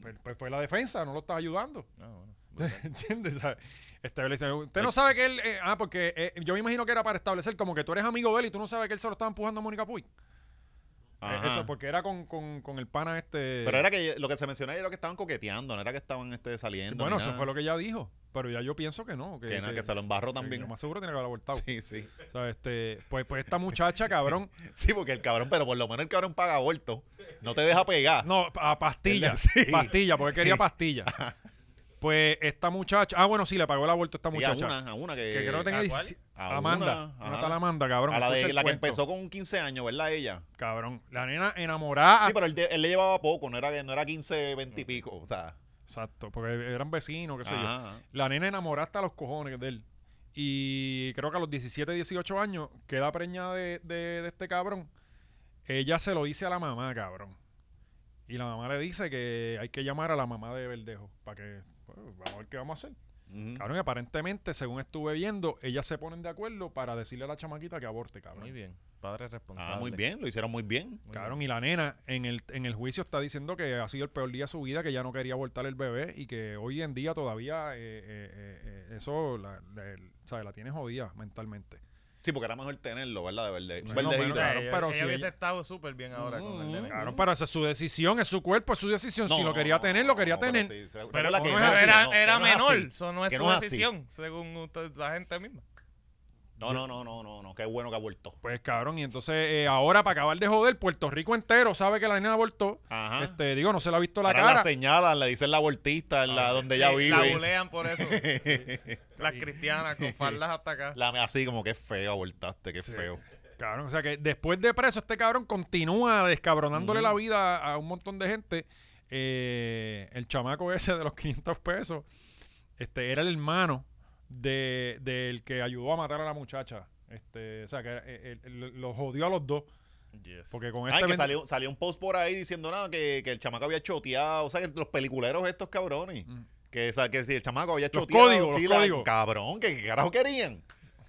pues, pues fue la defensa, no lo estás ayudando.
Ah, bueno.
¿Entiendes? O sea, establecer- Usted no sabe que él. eh, ah, porque eh, yo me imagino que era para establecer como que tú eres amigo de él y tú no sabes que él se lo estaba empujando a Mónica Puy. Eh,
Ajá.
Eso, porque era con, con, con el pana este.
Pero era que lo que se menciona era que estaban coqueteando, no era que estaban este,
Sí,
saliendo. ni
bueno, eso
nada.
fue lo que ella dijo. Pero ya yo pienso que no. Que,
Que, nada,
que-
que se lo embarró
que
también.
lo más seguro tiene que haber abortado.
Sí, sí.
O sea, este, pues, pues esta muchacha, cabrón.
Sí, porque el cabrón, pero por lo menos el cabrón paga aborto. No te deja pegar.
No, a pastilla.
Sí.
Pastilla, porque quería pastilla. Pues esta muchacha. Ah, bueno, sí, le pagó el aborto a esta
Sí, a
muchacha.
una, a una que.
Que creo que tenía
¿a cuál?
16
A
Amanda.
una,
Una,
ajá.
tal Amanda, cabrón.
a la,
escucha
de,
el
la que
cuento.
empezó con 15 años, ¿verdad? Ella.
Cabrón, la nena enamorada.
Sí, pero él, de- él le llevaba poco, no era, no era 15, 20 y pico. O sea,
Exacto, porque eran vecinos, qué sé yo.
ajá.
La nena enamorada hasta los cojones de él. Y creo que a los 17, 18 años queda preñada de, de- de este cabrón. Ella se lo dice a la mamá, cabrón. Y la mamá le dice que hay que llamar a la mamá de Verdejo para que, bueno, vamos a ver qué vamos a hacer.
Ujú.
Cabrón, y aparentemente, según estuve viendo, ellas se ponen de acuerdo para decirle a la chamaquita que aborte, cabrón.
Muy bien. Padre responsable.
Ah, muy bien, lo hicieron muy bien.
Muy
Cabrón, y la nena en el, en el juicio está diciendo que ha sido el peor día de su vida, que ya no quería abortar el bebé y que hoy en día todavía eh, eh, eh, eh, eso la, la- el- sabe, la tiene jodida mentalmente.
Sí, porque era mejor tenerlo, ¿verdad? De verde.
Bueno,
verde
bueno,
dice.
claro,
Ella-
pero
Eh, ella
si
hubiese
ella-
estado súper bien ahora con el nene.
Claro, pero esa es su decisión, es su cuerpo, es su decisión. si
No,
lo quería
no,
tener, lo quería
no,
tener.
sí, se-
Pero
recuerda
como
no
es-
así,
era
no, que
era
no es así.
menor, eso no es
Que
su
no es así.
decisión, según usted- la gente misma.
No, no, no, no, no, no, qué bueno que ha vuelto.
Pues cabrón, y entonces eh, ahora para acabar de joder, Puerto Rico entero sabe que la nena abortó.
Ajá.
Este, digo, no se le ha visto la
Ahora
cara.
Ah.
Ah,
la señalan, le dicen la abortista, la, donde ella
Sí,
vive.
La
y-
bulean por eso. Sí. Las cristianas con faldas hasta acá.
La- así como que feo abortaste, qué feo.
Cabrón, o sea que después de preso, este cabrón continúa descabronándole la vida a un montón de gente. Eh, el chamaco ese de los 500 pesos este, era el hermano de- del que ayudó a matar a la muchacha. Este, o sea, que era- eh, eh, lo- los jodió a los dos. Porque con
Ah,
este.
y que
ven-
salió, salió un post por ahí diciendo nada que, que el chamaco había choteado. O sea, que los peliculeros estos cabrones.
Mm.
Que, o sea, que si el chamaco había
Los
choteado.
códigos,
sí,
los
la-
códigos.
Cabrón, que qué carajo querían.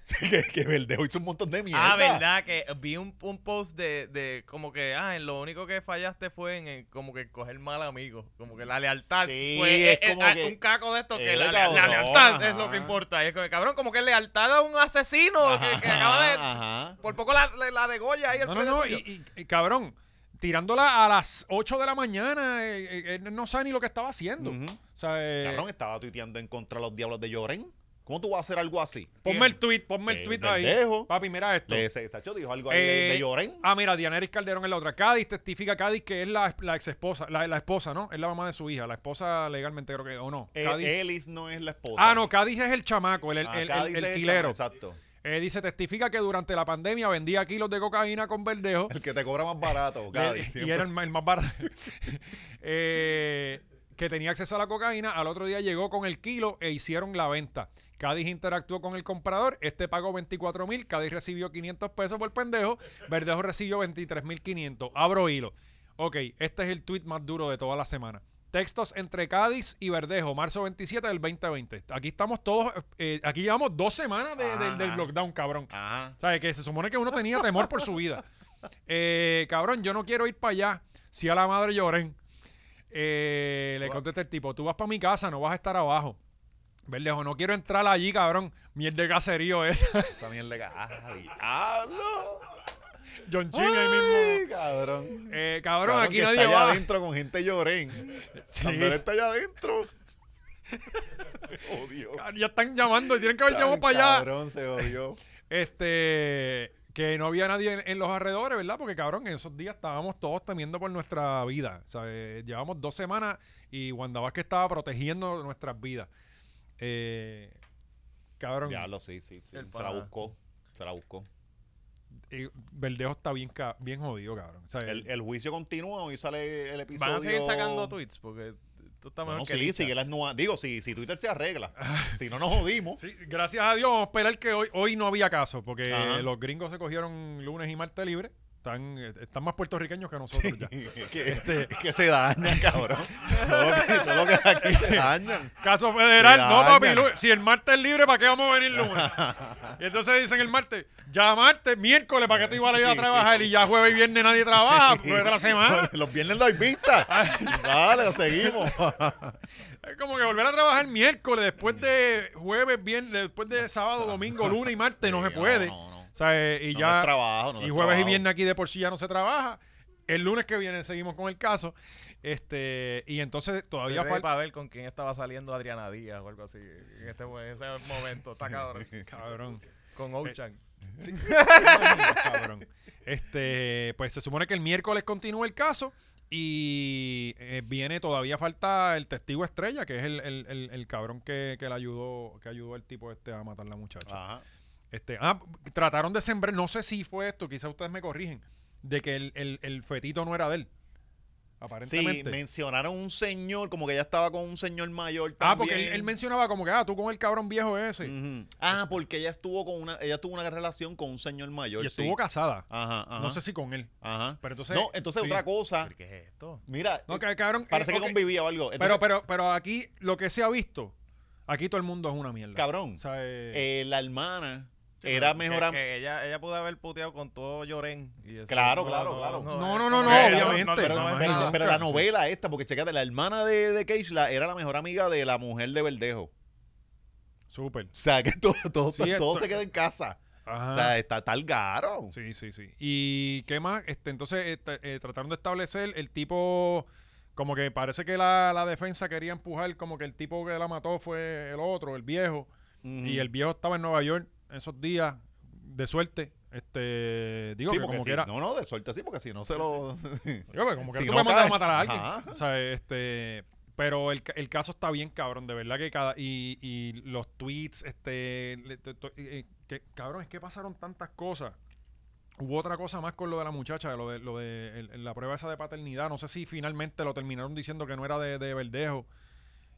que, que Verdejo hizo un montón de mierda.
Ah, verdad, que vi un, un post de, de como que, ah, en lo único que fallaste fue en, en como que coger mal amigo. Como que la lealtad.
Sí,
fue,
es
eh,
como
eh,
ah,
que-
un caco de esto que
Eh,
la,
cabrón,
la lealtad
ajá.
es lo que importa. Y es como, cabrón, como que lealtad a un asesino
Ah.
que, que acaba de.
Ajá.
Por poco la, la, la degolla ahí. al
No, no,
frente
no, y,
tuyo.
y- y, cabrón, tirándola a las 8 de la mañana, eh, eh, él no sabe ni lo que estaba haciendo.
Ujú.
O sea, eh,
Cabrón, estaba tuiteando en contra de los diablos de Lloren. ¿Cómo tú vas a hacer algo así?
ponme el tweet, ponme el
Eh,
tweet ahí.
pendejo.
Papi, mira esto.
Le, se, Tacho dijo algo ahí de,
Eh,
de Lloren.
Ah, mira, Dianeris Calderón es la otra. Cádiz testifica Cádiz que es la, la ex esposa, la, la esposa, ¿no? Es la mamá de su hija, la esposa legalmente creo que, o no.
Eh,
Cádiz.
Ellis no es la esposa.
ah, no, Cádiz es el chamaco, el, el,
Ah,
el-
Cádiz
el-
es
el
chamaco,
quilero.
Exacto.
Eh, dice, testifica que durante la pandemia vendía kilos de cocaína con verdejo.
El que te cobra más barato, Cádiz.
Eh, y
siempre.
era el, ma- el más barato. Eh, que tenía acceso a la cocaína, al otro día llegó con el kilo e hicieron la venta. Cádiz interactuó con el comprador, este pagó 24 mil, Cádiz recibió 500 pesos por pendejo, Verdejo recibió 23 mil 500. Abro hilo. Ok, este es el tweet más duro de toda la semana. Textos entre Cádiz y Verdejo, marzo 27 del 2020. Aquí estamos todos, eh, aquí llevamos dos semanas de- de- del
Ajá.
lockdown, cabrón.
Ah,
Ajá.
¿Sabes? Que se supone que uno tenía temor por su vida. Eh, cabrón, yo no quiero ir para allá. Si a la madre lloren. Eh, le contesta el tipo, tú vas para mi casa, no vas a estar abajo. Verdejo, no quiero entrar allí, cabrón. Mierda de caserío es.
También le Ah, diablo.
John Chin ahí mismo.
Ay, Cabrón.
Eh, cabrón, aquí
que
nadie
está allá
va.
adentro con gente lloren. Cuando él está allá adentro. Odio.
Ya están llamando, tienen que haber llamado para allá.
Cabrón, se odió.
Este, que no había nadie en, en los alrededores, ¿verdad? Porque cabrón, en esos días estábamos todos temiendo por nuestra vida. O sea, eh, llevamos dos semanas y Wanda Vázquez estaba protegiendo nuestras vidas. Eh, cabrón,
Diablo, sí, sí, sí.
El
Se la
pana.
buscó. Se la buscó.
eh, Verdejo está bien, ca- bien jodido, cabrón. O sea,
El, el juicio continúa, hoy sale el episodio.
Van a seguir sacando tweets porque esto está mejor
No,
que
sí,
Lisa.
sigue las nuevas. Digo, si, si Twitter se arregla. si no, nos jodimos.
sí, gracias a Dios, vamos a esperar que hoy, hoy no había caso, porque
Ajá.
eh, los gringos se cogieron lunes y martes libre. Están, eh, están más puertorriqueños que nosotros ya. Este-
que, es que se dañan, cabrón. Todo lo que, todo lo que es aquí se dañan.
Caso federal, no papi,
Dañan.
lu- si el martes es libre, ¿para qué vamos a venir lunes? y entonces dicen el martes, ya martes, miércoles, ¿para qué tú ibas a ir a trabajar? Y ya jueves y viernes nadie trabaja, jueves de la semana.
Los viernes no hay vista. Dale, seguimos.
Este Es como que volver a trabajar miércoles, después de jueves, viernes, después de sábado, domingo, lunes y martes, no se
Sí, no,
puede.
no, no.
O sea, eh, y
No, no
ya,
es trabajo, no,
y
no es
jueves y
trabajo.
viernes aquí de por sí ya no se trabaja. El lunes que viene seguimos con el caso. este Y entonces
Estoy
todavía
ready
falta...
para ver con quién estaba saliendo Adriana Díaz o algo así en este mo- en ese momento. Está cabrón.
Cabrón.
Con
Eh,
Ochan.
Cabrón. Este, pues se supone que el miércoles continúa el caso y eh, viene todavía falta el testigo estrella, que es el, el- el- el cabrón que, que le ayudó, que ayudó al tipo este a matar a la muchacha.
Ajá.
Este, ah, trataron de sembrar, no sé si fue esto, quizás ustedes me corrigen, de que el, el- el fetito no era de él.
Sí,
Aparentemente.
mencionaron un señor, como que ella estaba con un señor mayor también.
ah, porque él, él mencionaba como que, ah, tú con el cabrón viejo ese.
Ujú. Ah, porque ella estuvo con una, ella tuvo una relación con un señor mayor.
y
sí.
estuvo casada.
Ajá, ajá.
No sé si con él.
Ajá.
Pero entonces-
no, entonces
sí.
otra cosa.
¿Pero ¿Qué es esto?
Mira,
No,
eh,
que, cabrón. eh,
parece que
ok.
convivía o algo. Entonces,
Pero, pero, pero aquí lo que se ha visto, aquí todo el mundo es una mierda.
cabrón,
pues, O sea, eh,
eh, la hermana era
Que-
mejor
que,
am-
ella, ella pudo haber puteado con todo Lloren. y eso
Claro, claro, claro.
No, no,
es
no,
eh, como
no,
que-
obviamente,
pero-
no,
Pero,
no,
pero-
claro,
pero la
sí.
novela esta, porque checate, la hermana de, de Keishla era la mejor amiga de la mujer de Verdejo.
súper.
O sea, que todo, todo,
Sí,
todo
esto- Ah.
se queda en casa.
Ajá.
O sea, eh. está tal garo.
Sí, sí, sí. ¿Y qué más? Este, entonces eh, tra- eh, trataron de establecer el tipo, como que parece que la, la defensa quería empujar, como que el tipo que la mató fue el otro, el viejo.
Ujú.
Y el viejo estaba en Nueva York en esos días, de suerte. Este, digo
Sí,
que
porque
como
si-
quiera.
No, no, de suerte sí, porque si no se lo.
Digo, pues, como que
Si
tú
no
puedes mandar a
cae.
matar a alguien.
Ajá.
O sea, este. Pero el, ca- el caso está bien, cabrón, de verdad que cada. Y, y los tweets, este. le- to- to- eh, que- cabrón, es que pasaron tantas cosas. Hubo otra cosa más con lo de la muchacha, lo de, lo de el- la prueba esa de paternidad. No sé si finalmente lo terminaron diciendo que no era de, de Verdejo.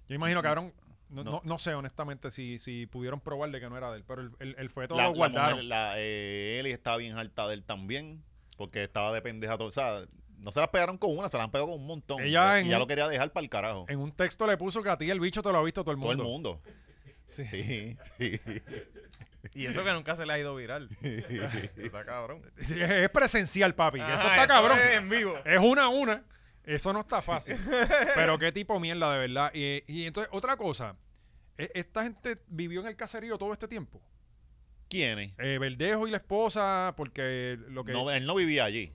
Yo imagino, cabrón. No,
No.
no- no sé, honestamente, si, si pudieron probarle que no era de él, pero el, el, el feto
la,
lo
la
guardaron.
mujer, la, eh, Eli estaba bien harta de él también, porque estaba de pendeja. todo, O sea, no se las pegaron con una, se las han pegado con un montón.
Ella
y
en
ya
un-
lo quería dejar para el carajo.
En un texto le puso que a ti el bicho te lo ha visto todo el
Todo
mundo.
el mundo.
Sí.
Sí, sí.
Y eso que nunca se le ha ido viral. Está cabrón.
Es presencial, papi.
Ajá,
eso está cabrón.
es en vivo.
Es una a una. Eso no está fácil. Pero qué tipo mierda, de verdad. Y, y entonces, otra cosa. E- Esta gente vivió en el caserío todo este tiempo.
¿Quién es?
Eh, Verdejo y la esposa, porque lo que. No,
No, él no vivía allí.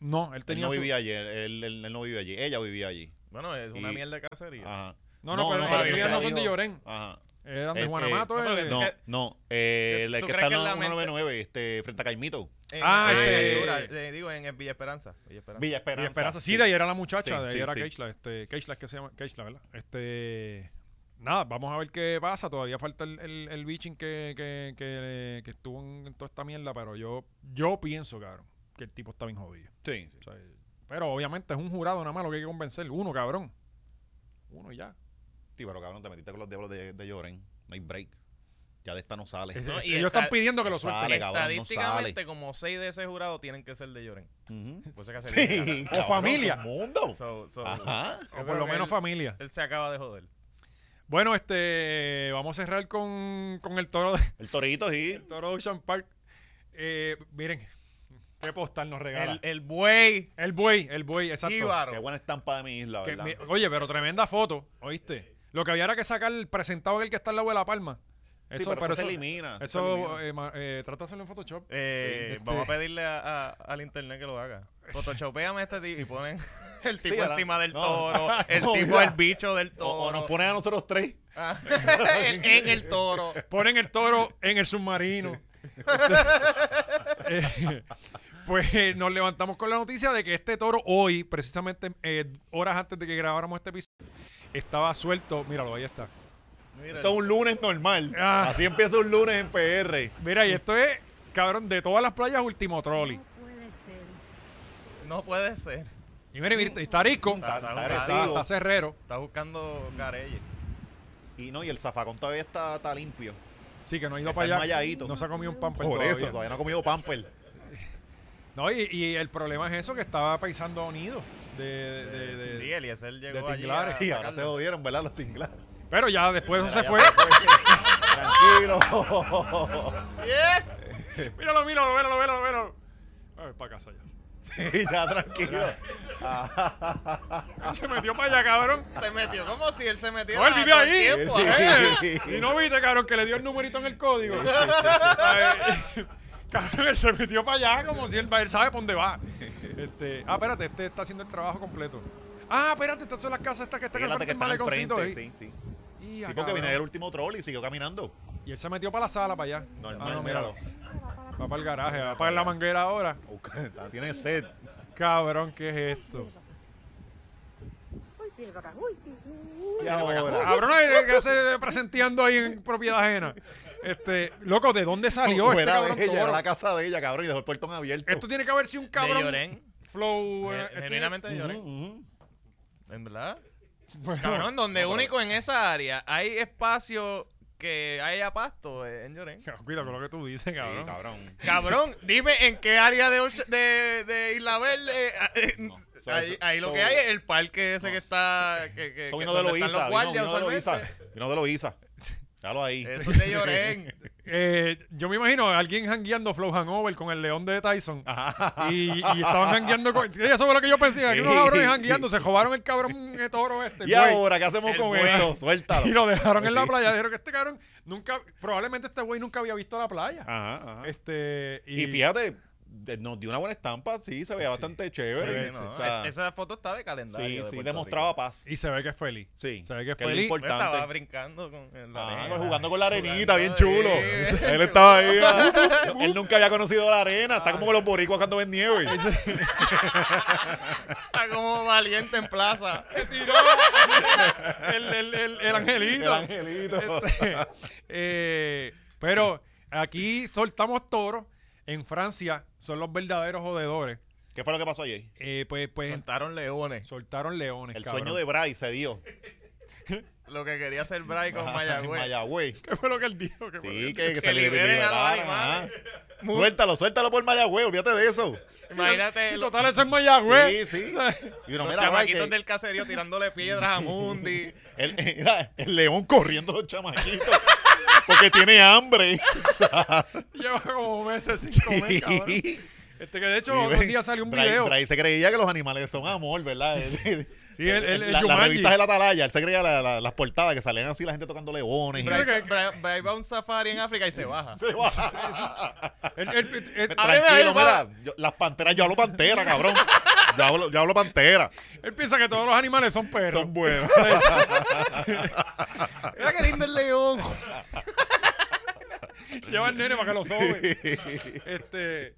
él
Él
tenía.
no
su-
vivía allí. Él, él- él no vivía allí. Ella vivía allí.
Bueno, es una
Y- Ah,
mierda de cacería.
Ajá.
No, no,
No,
pero,
no,
pero
pero
ellos no
ella
son de
dijo-
Llorén.
Ajá.
Eran de
Es, eh,
Juanamato.
no,
eh,
pero-
No, no. eh,
¿Tú
el que
crees
está en
que
la
es la mente?
199, este, frente a Caimito.
En-
Ah,
en
este-
Ventura, eh, digo, en, en Villa Esperanza. Villa Esperanza.
Villa
y
Esperanza.
Esperanza. Sí, de ahí era la muchacha,
Sí,
de ahí
sí,
era
sí.
Keishla, este, Keishla es que se llama, Keishla, ¿verdad? Este, nada, vamos a ver qué pasa, todavía falta el, el, el bitching que, que, que, que estuvo en, en toda esta mierda, pero yo, yo pienso, cabrón, que el tipo está bien jodido.
Sí, sí.
O sea, pero obviamente es un jurado nada más lo que hay que convencer, uno, cabrón. Uno y ya.
Sí, pero cabrón, te metiste con los diablos de, de Lloren. No hay break. Ya de esta no sale.
Es-
No,
es-
y
ellos
está-
están pidiendo que lo
Sale,
suelten.
cabrón, no
Estadísticamente,
sale.
como seis de ese jurado tienen que ser de Lloren.
Ujú.
Por eso es que se le
Sí,
gana.
cabrón,
familia.
es un mundo.
So- so-
Ajá.
yo
O por
creo
lo
que
menos
él,
familia.
él se acaba de joder.
Bueno, este, vamos a cerrar con, con el toro de,
El torito, sí.
el toro de Ocean Park. Eh, miren, qué postal nos regala.
El, el buey
El buey, el buey, exacto.
Jíbaro.
Qué buena estampa de mi isla,
Que
¿verdad?
mi- oye, pero tremenda foto, ¿oíste? Lo que había era que sacar el presentado aquel que está al lado de La Palma.
Sí,
Eso,
pero eso se
eso-
elimina. eso se
Eso,
elimina.
eh, ma- eh, trata de hacerlo en Photoshop.
Eh,
Sí.
Vamos a pedirle a- a- al internet que lo haga. Photoshopeame a este tipo y ponen el tipo
Sí, ahora-
encima del
no.
toro, el
No,
tipo
mira.
el bicho del
O, o
toro,
nos ponen a nosotros tres.
Ah, en, en el toro.
Ponen el toro en el submarino. Eh, pues eh, nos levantamos con la noticia de que este toro hoy, precisamente eh, horas antes de que grabáramos este episodio, estaba suelto. Míralo, ahí está.
Mira,
Esto es un lunes normal.
Ah.
Así empieza un lunes en PR.
Mira, y esto es, cabrón, de todas las playas, último trolley.
No puede ser.
no puede ser.
Y mira, mira, está rico.
Está-
Está,
está
agresivo.
está cerrero.
Está buscando Garelle.
Y no, y el zafacón todavía está, está limpio.
Sí, que no ha ido
Está
para allá.
enmayadito.
No se ha comido un pamper
Por
todavía.
eso, todavía no ha comido pamper.
No, y, y el problema es eso, que estaba paisando a Unido. De, de- de-
Sí,
eh.
Eliezer llegó
de
allí
tinglares.
a
Sí, ahora se
sacarlo.
jodieron, ¿verdad? Los tinglares.
Pero ya después eso
Ya
se fue.
Tranquilo.
Yes.
míralo, míralo, míralo, míralo, míralo. A ver, para casa ya.
Sí, ya tranquilo.
Se metió para allá, cabrón.
Se metió como si él se metiera
No, él vive
todo el
ahí.
tiempo, ¿eh?
Eh, Y no viste, cabrón, que le dio el numerito en el código. Ay, cabrón, él se metió para allá como si él, él sabe por dónde va. Este, ah, espérate, este está haciendo el trabajo completo. Ah, espérate, estas son las casas estas que están al
Fíjate que
frente del
están
maleconcito.
enfrente.
ahí.
Sí, sí.
Y,
Sí,
ah,
porque
cabrón.
viene el último troll y siguió caminando.
Y él se metió para la sala, para allá.
Normal,
Ah, no,
míralo.
Va para el garaje, va para la manguera ahora.
Busca- Tiene sed.
Cabrón, ¿qué es esto?
Uy, viene para acá. Uy,
Y
uy.
ahora.
Cabrón, ¿qué qué hace presenteando ahí en propiedad ajena? Este, loco, ¿de dónde salió este
Fuera
cabrón
de ella, era
toro?
la casa de ella, cabrón, y dejó el portón abierto.
Esto tiene que haber sido un
De
cabrón
Llorén.
flow. eh,
Gen-
esto-
Genuinamente de Llorén.
Ujú, ujú.
¿En verdad?
Bueno,
Cabrón, donde único en esa área hay espacio que haya pasto eh, en Llorén.
cabrón, Cuidado con lo que tú dices,
Sí,
cabrón.
cabrón.
Cabrón, dime en qué área de, Oce- de, de Isla Verde. eh, eh,
No, so-
ahí
so-
ahí lo
so-
que hay es el parque ese que está. Que, que,
Eso
que-
vino de
donde están
Loiza,
los
vino,
guardias
vino de
usualmente. Este
Loiza, vino de Loiza. Déjalo ahí.
Eso es de Lloren.
Eh, yo me imagino a alguien hangueando Flow Hangover con el león de Tyson.
Ah,
Y, y estaban hangueando con. Sí, Eso fue lo que yo pensé. Aquí unos cabrones hangueando. Se jodaron el cabrón eh, toro este. el
y
güey,
ahora, ¿qué hacemos
el
con
güey.
esto? Suéltalo.
Y lo dejaron en la playa. Dijeron que este cabrón nunca. Probablemente este güey nunca había visto la playa.
Ajá, ajá.
Este. Y,
Y fíjate, de- nos dio una buena estampa, sí, se veía bastante chévere.
Sí, no,
o sea,
es- esa foto está de calendario.
sí,
de
sí,
Puerto
demostraba
Rico.
paz.
y se ve que es feliz.
Sí,
Se ve que es
que es lo
feliz.
importante.
Pues, Estaba brincando con en la
Ah,
arena.
pues jugando con la arenita,
Jugando
bien
ahí,
chulo.
bien
Él
chulo.
estaba ahí. ah. Él nunca había conocido la arena. Está como los boricuas cuando ven nieve.
Está como valiente en plaza.
Se tiró el, el- el- el angelito.
El angelito.
Este, eh, pero aquí soltamos toros. En Francia son los verdaderos jodedores.
¿Qué fue lo que pasó ayer?
Eh, pues, pues
Sentaron leones.
soltaron leones.
El
cabrón.
sueño de Bryce se dio.
Lo que quería hacer Bray con
En
Mayagüez.
Mayagüez.
¿Qué fue lo que él dijo? ¿Qué fue lo que
Sí,
él
que, que
Que
se le
liberen a los
liberaron,
animales.
ajá. Suéltalo, suéltalo por Mayagüez, olvídate de eso.
Imagínate
dijo?
los,
Total, eso es Mayagüez.
Sí, sí. Y uno, mira,
los
Bryce,
chamaquitos
que-
del caserío tirándole piedras a Mundi.
El, era el león corriendo los chamaquitos. Porque tiene hambre.
Lleva como meses sin comer, cabrón. Este, que de hecho, otro día salió un video.
Bray se creía que los animales son amor, ¿verdad?
Sí, el- el- el
la,
Jumanji.
la revista de la atalaya, él se creía la- la- las portadas que salían así la gente tocando leones. y-
Bray,
que-
Bray- Bray va a un safari en África y se baja.
Se va.
El- el- el- el-
Ábreme ahí,
Tranquilo, mira, yo- las panteras, yo hablo pantera, cabrón. Yo hablo, yo hablo pantera.
él piensa que todos los animales son perros.
Son buenas.
Mira qué lindo el león.
Lleva el nene para que lo sobe. Este.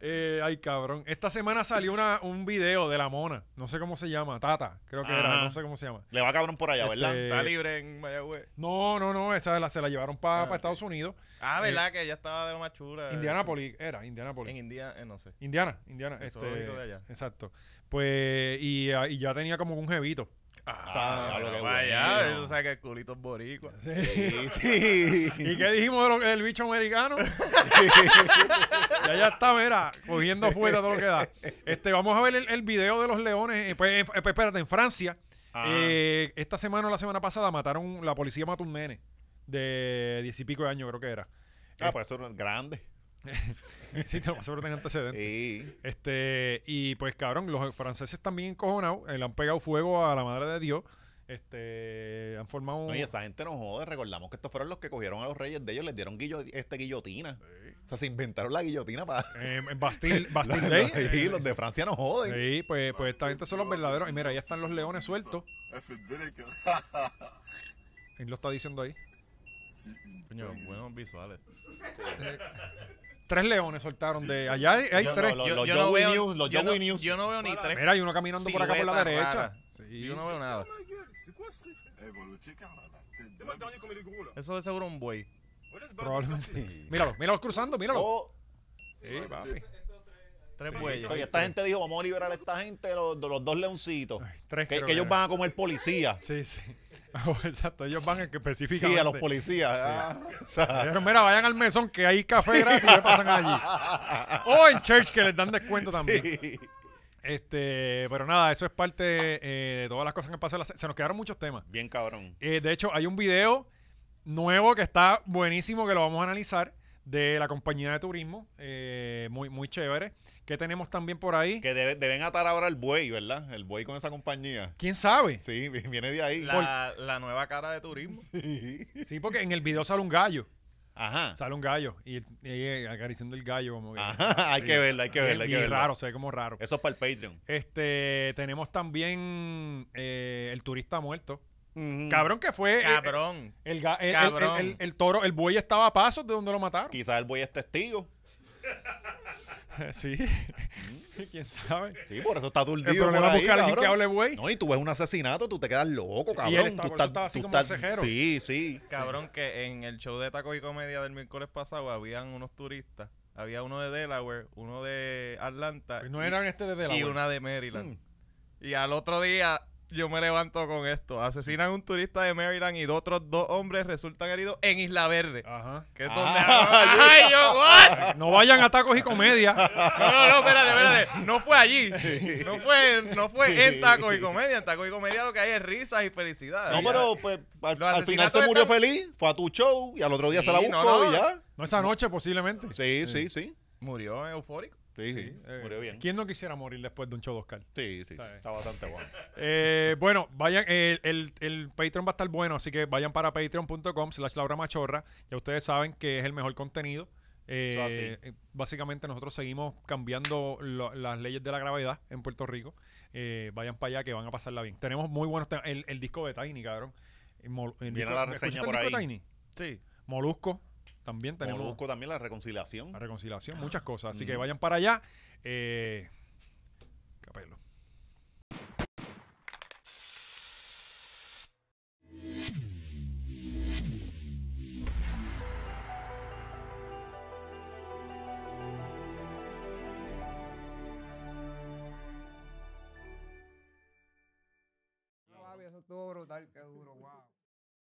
eh, ay, cabrón. Esta semana salió una, un video de la mona. No sé cómo se llama. Tata, creo que era.
Ajá.
No sé cómo se llama.
Le va cabrón por allá, ¿verdad?
Este,
Está libre en Mayagüez.
No, no, no. Esa la, se la llevaron para Estados Unidos.
Ah, ¿verdad? que ella estaba de lo más chula. eh,
Indianápolis. Era,
En
Indianápolis.
India, eh, no sé.
Indiana, Indiana.
El
este,
zoológico de allá.
Exacto. Pues, y, ah, y ya tenía como un jevito.
Ah,
pero
lo que
vaya,
bueno.
eso, o sea que el culito es boricua.
Sí, sí.
eh. ¿Y qué dijimos de lo- del bicho americano? ya ya está, mira, cogiendo fuerte todo lo que da. Este, vamos a ver el, el video de los leones. Eh, Pues, eh, pues, espérate, en Francia,
Ah.
eh, esta semana o la semana pasada mataron, la policía mató un nene de diez y pico de años, creo que era.
Ah, pues eso es grande.
Sí, te lo más seguro tenía antecedentes.
Sí.
Este, y pues cabrón, los franceses también encojonados, eh, le han pegado fuego a la madre de Dios. Este, han formado un...
No, y esa gente no jode. Recordamos que estos fueron los que cogieron a los reyes de ellos, les dieron guillo- este, guillotina. O sea, se inventaron la guillotina para.
eh, Bastille,
Sí,
Bastille Day. eh,
los de Francia no joden.
Sí, pues, pues esta gente son los verdaderos. Y mira, ahí están los leones sueltos. Él lo está diciendo ahí.
Coño, buenos visuales.
Tres leones soltaron de allá. Hay, hay
Yo no,
tres.
Los- los Joey News, los
yo no-
Joey News.
Yo no veo ni tres.
Mira, hay uno caminando por acá por la
siluetas
derecha.
raras.
Sí.
Yo no veo nada. Eso de seguro un buey.
Probablemente. Míralos, míralos cruzando, míralos.
Oh,
Sí, papi.
Tres
Sí,
bueyes.
oye, esta gente dijo, vamos a liberar a esta gente, de los, de los dos leoncitos.
Ay, tres
Que,
creo
que ellos
era.
van a comer policías.
Sí, sí. Oh, Exacto, ellos van específicamente.
Sí, a los policías. Ah, o sea,
Dijeron, mira, vayan al mesón que hay café gratis y le pasan allí. O en church que les dan descuento también. Este, pero nada, eso es parte eh, de todas las cosas que pasan. la se- Se nos quedaron muchos temas.
bien cabrón.
Eh, de hecho, hay un video nuevo que está buenísimo que lo vamos a analizar de la compañía de turismo, eh, muy, muy chévere. ¿Qué tenemos también por ahí?
Que debe- deben atar ahora el buey, ¿verdad? El buey con esa compañía.
¿Quién sabe?
Sí, vi- viene de ahí.
La, la nueva cara de turismo.
Sí, porque en el video sale un gallo.
Ajá.
Sale un gallo y, él- y ella acariciando el gallo como que...
Ah. Ajá, hay que verlo, hay que verlo, hay
Y
que verlo.
raro, se ve como raro.
Eso es para el Patreon.
Este, tenemos también eh, el turista muerto.
Ujú.
Cabrón que fue. eh,
Cabrón.
El, ga- el- el-
Cabrón.
el- el toro, el buey estaba a pasos de donde lo mataron.
Quizás el buey es este testigo.
Sí. ¿Quién sabe?
Sí, por eso está
El
turdido.
problema
Mm. por
es
ahí,
buscar a alguien
cabrón.
que hable buey.
No, y tú ves un asesinato, tú te quedas loco, cabrón.
y él estaba-
tú
por eso
estás,
estaba así
tú
como
estás-
consejero.
Sí, sí.
Cabrón, que en el show de Taco y Comedia del miércoles pasado habían unos turistas. Había uno de Delaware, uno de Atlanta
Pues no
y-
eran este desde la
y
web.
una de Maryland. Y al otro día yo me levanto con este. esto. Asesinan a un turista de Maryland y dos otros dos hombres resultan heridos en Isla Verde.
Ajá.
Que es
Ah,
donde... ¡Ay, yo, what?
No vayan a tacos y comedia.
No, no, no, espérate, espérate. No fue allí. No fue, no fue en Taco y Comedia. En Taco y Comedia lo que hay es risas y felicidad.
No,
Ya.
pero pues, al,
Los
al final
asesinatos
se murió
están-
feliz, fue a tu show y al otro día
Sí,
se la buscó
no, no.
y ya.
No esa noche, posiblemente.
Sí, sí, sí.
Murió eufórico.
Sí, sí.
Eh,
Murió bien.
¿Quién no quisiera morir después de un show de Oscar?
Sí, sí, sí.
¿Sabes?
Está bastante bueno.
Eh, bueno, vayan, el, el- el Patreon va a estar bueno, así que vayan para patreon.com slash Laura Machorra. Ya ustedes saben que es el mejor contenido. Eh,
Eso así.
eh, básicamente nosotros seguimos cambiando lo- las leyes de la gravedad en Puerto Rico. Eh, vayan para allá que van a pasarla bien. Tenemos muy buenos temas. El, el disco de Tiny, cabrón. El mol- el
Viene
disco-
la reseña
¿escuchaste
por
el disco
ahí.
de Tiny? Sí. Molusco. También tenemos
Como busco también la reconciliación.
la reconciliación, muchas cosas.
Mm.
Así que vayan para allá. Eh, capelo.
Eso estuvo brutal, qué duro, wow.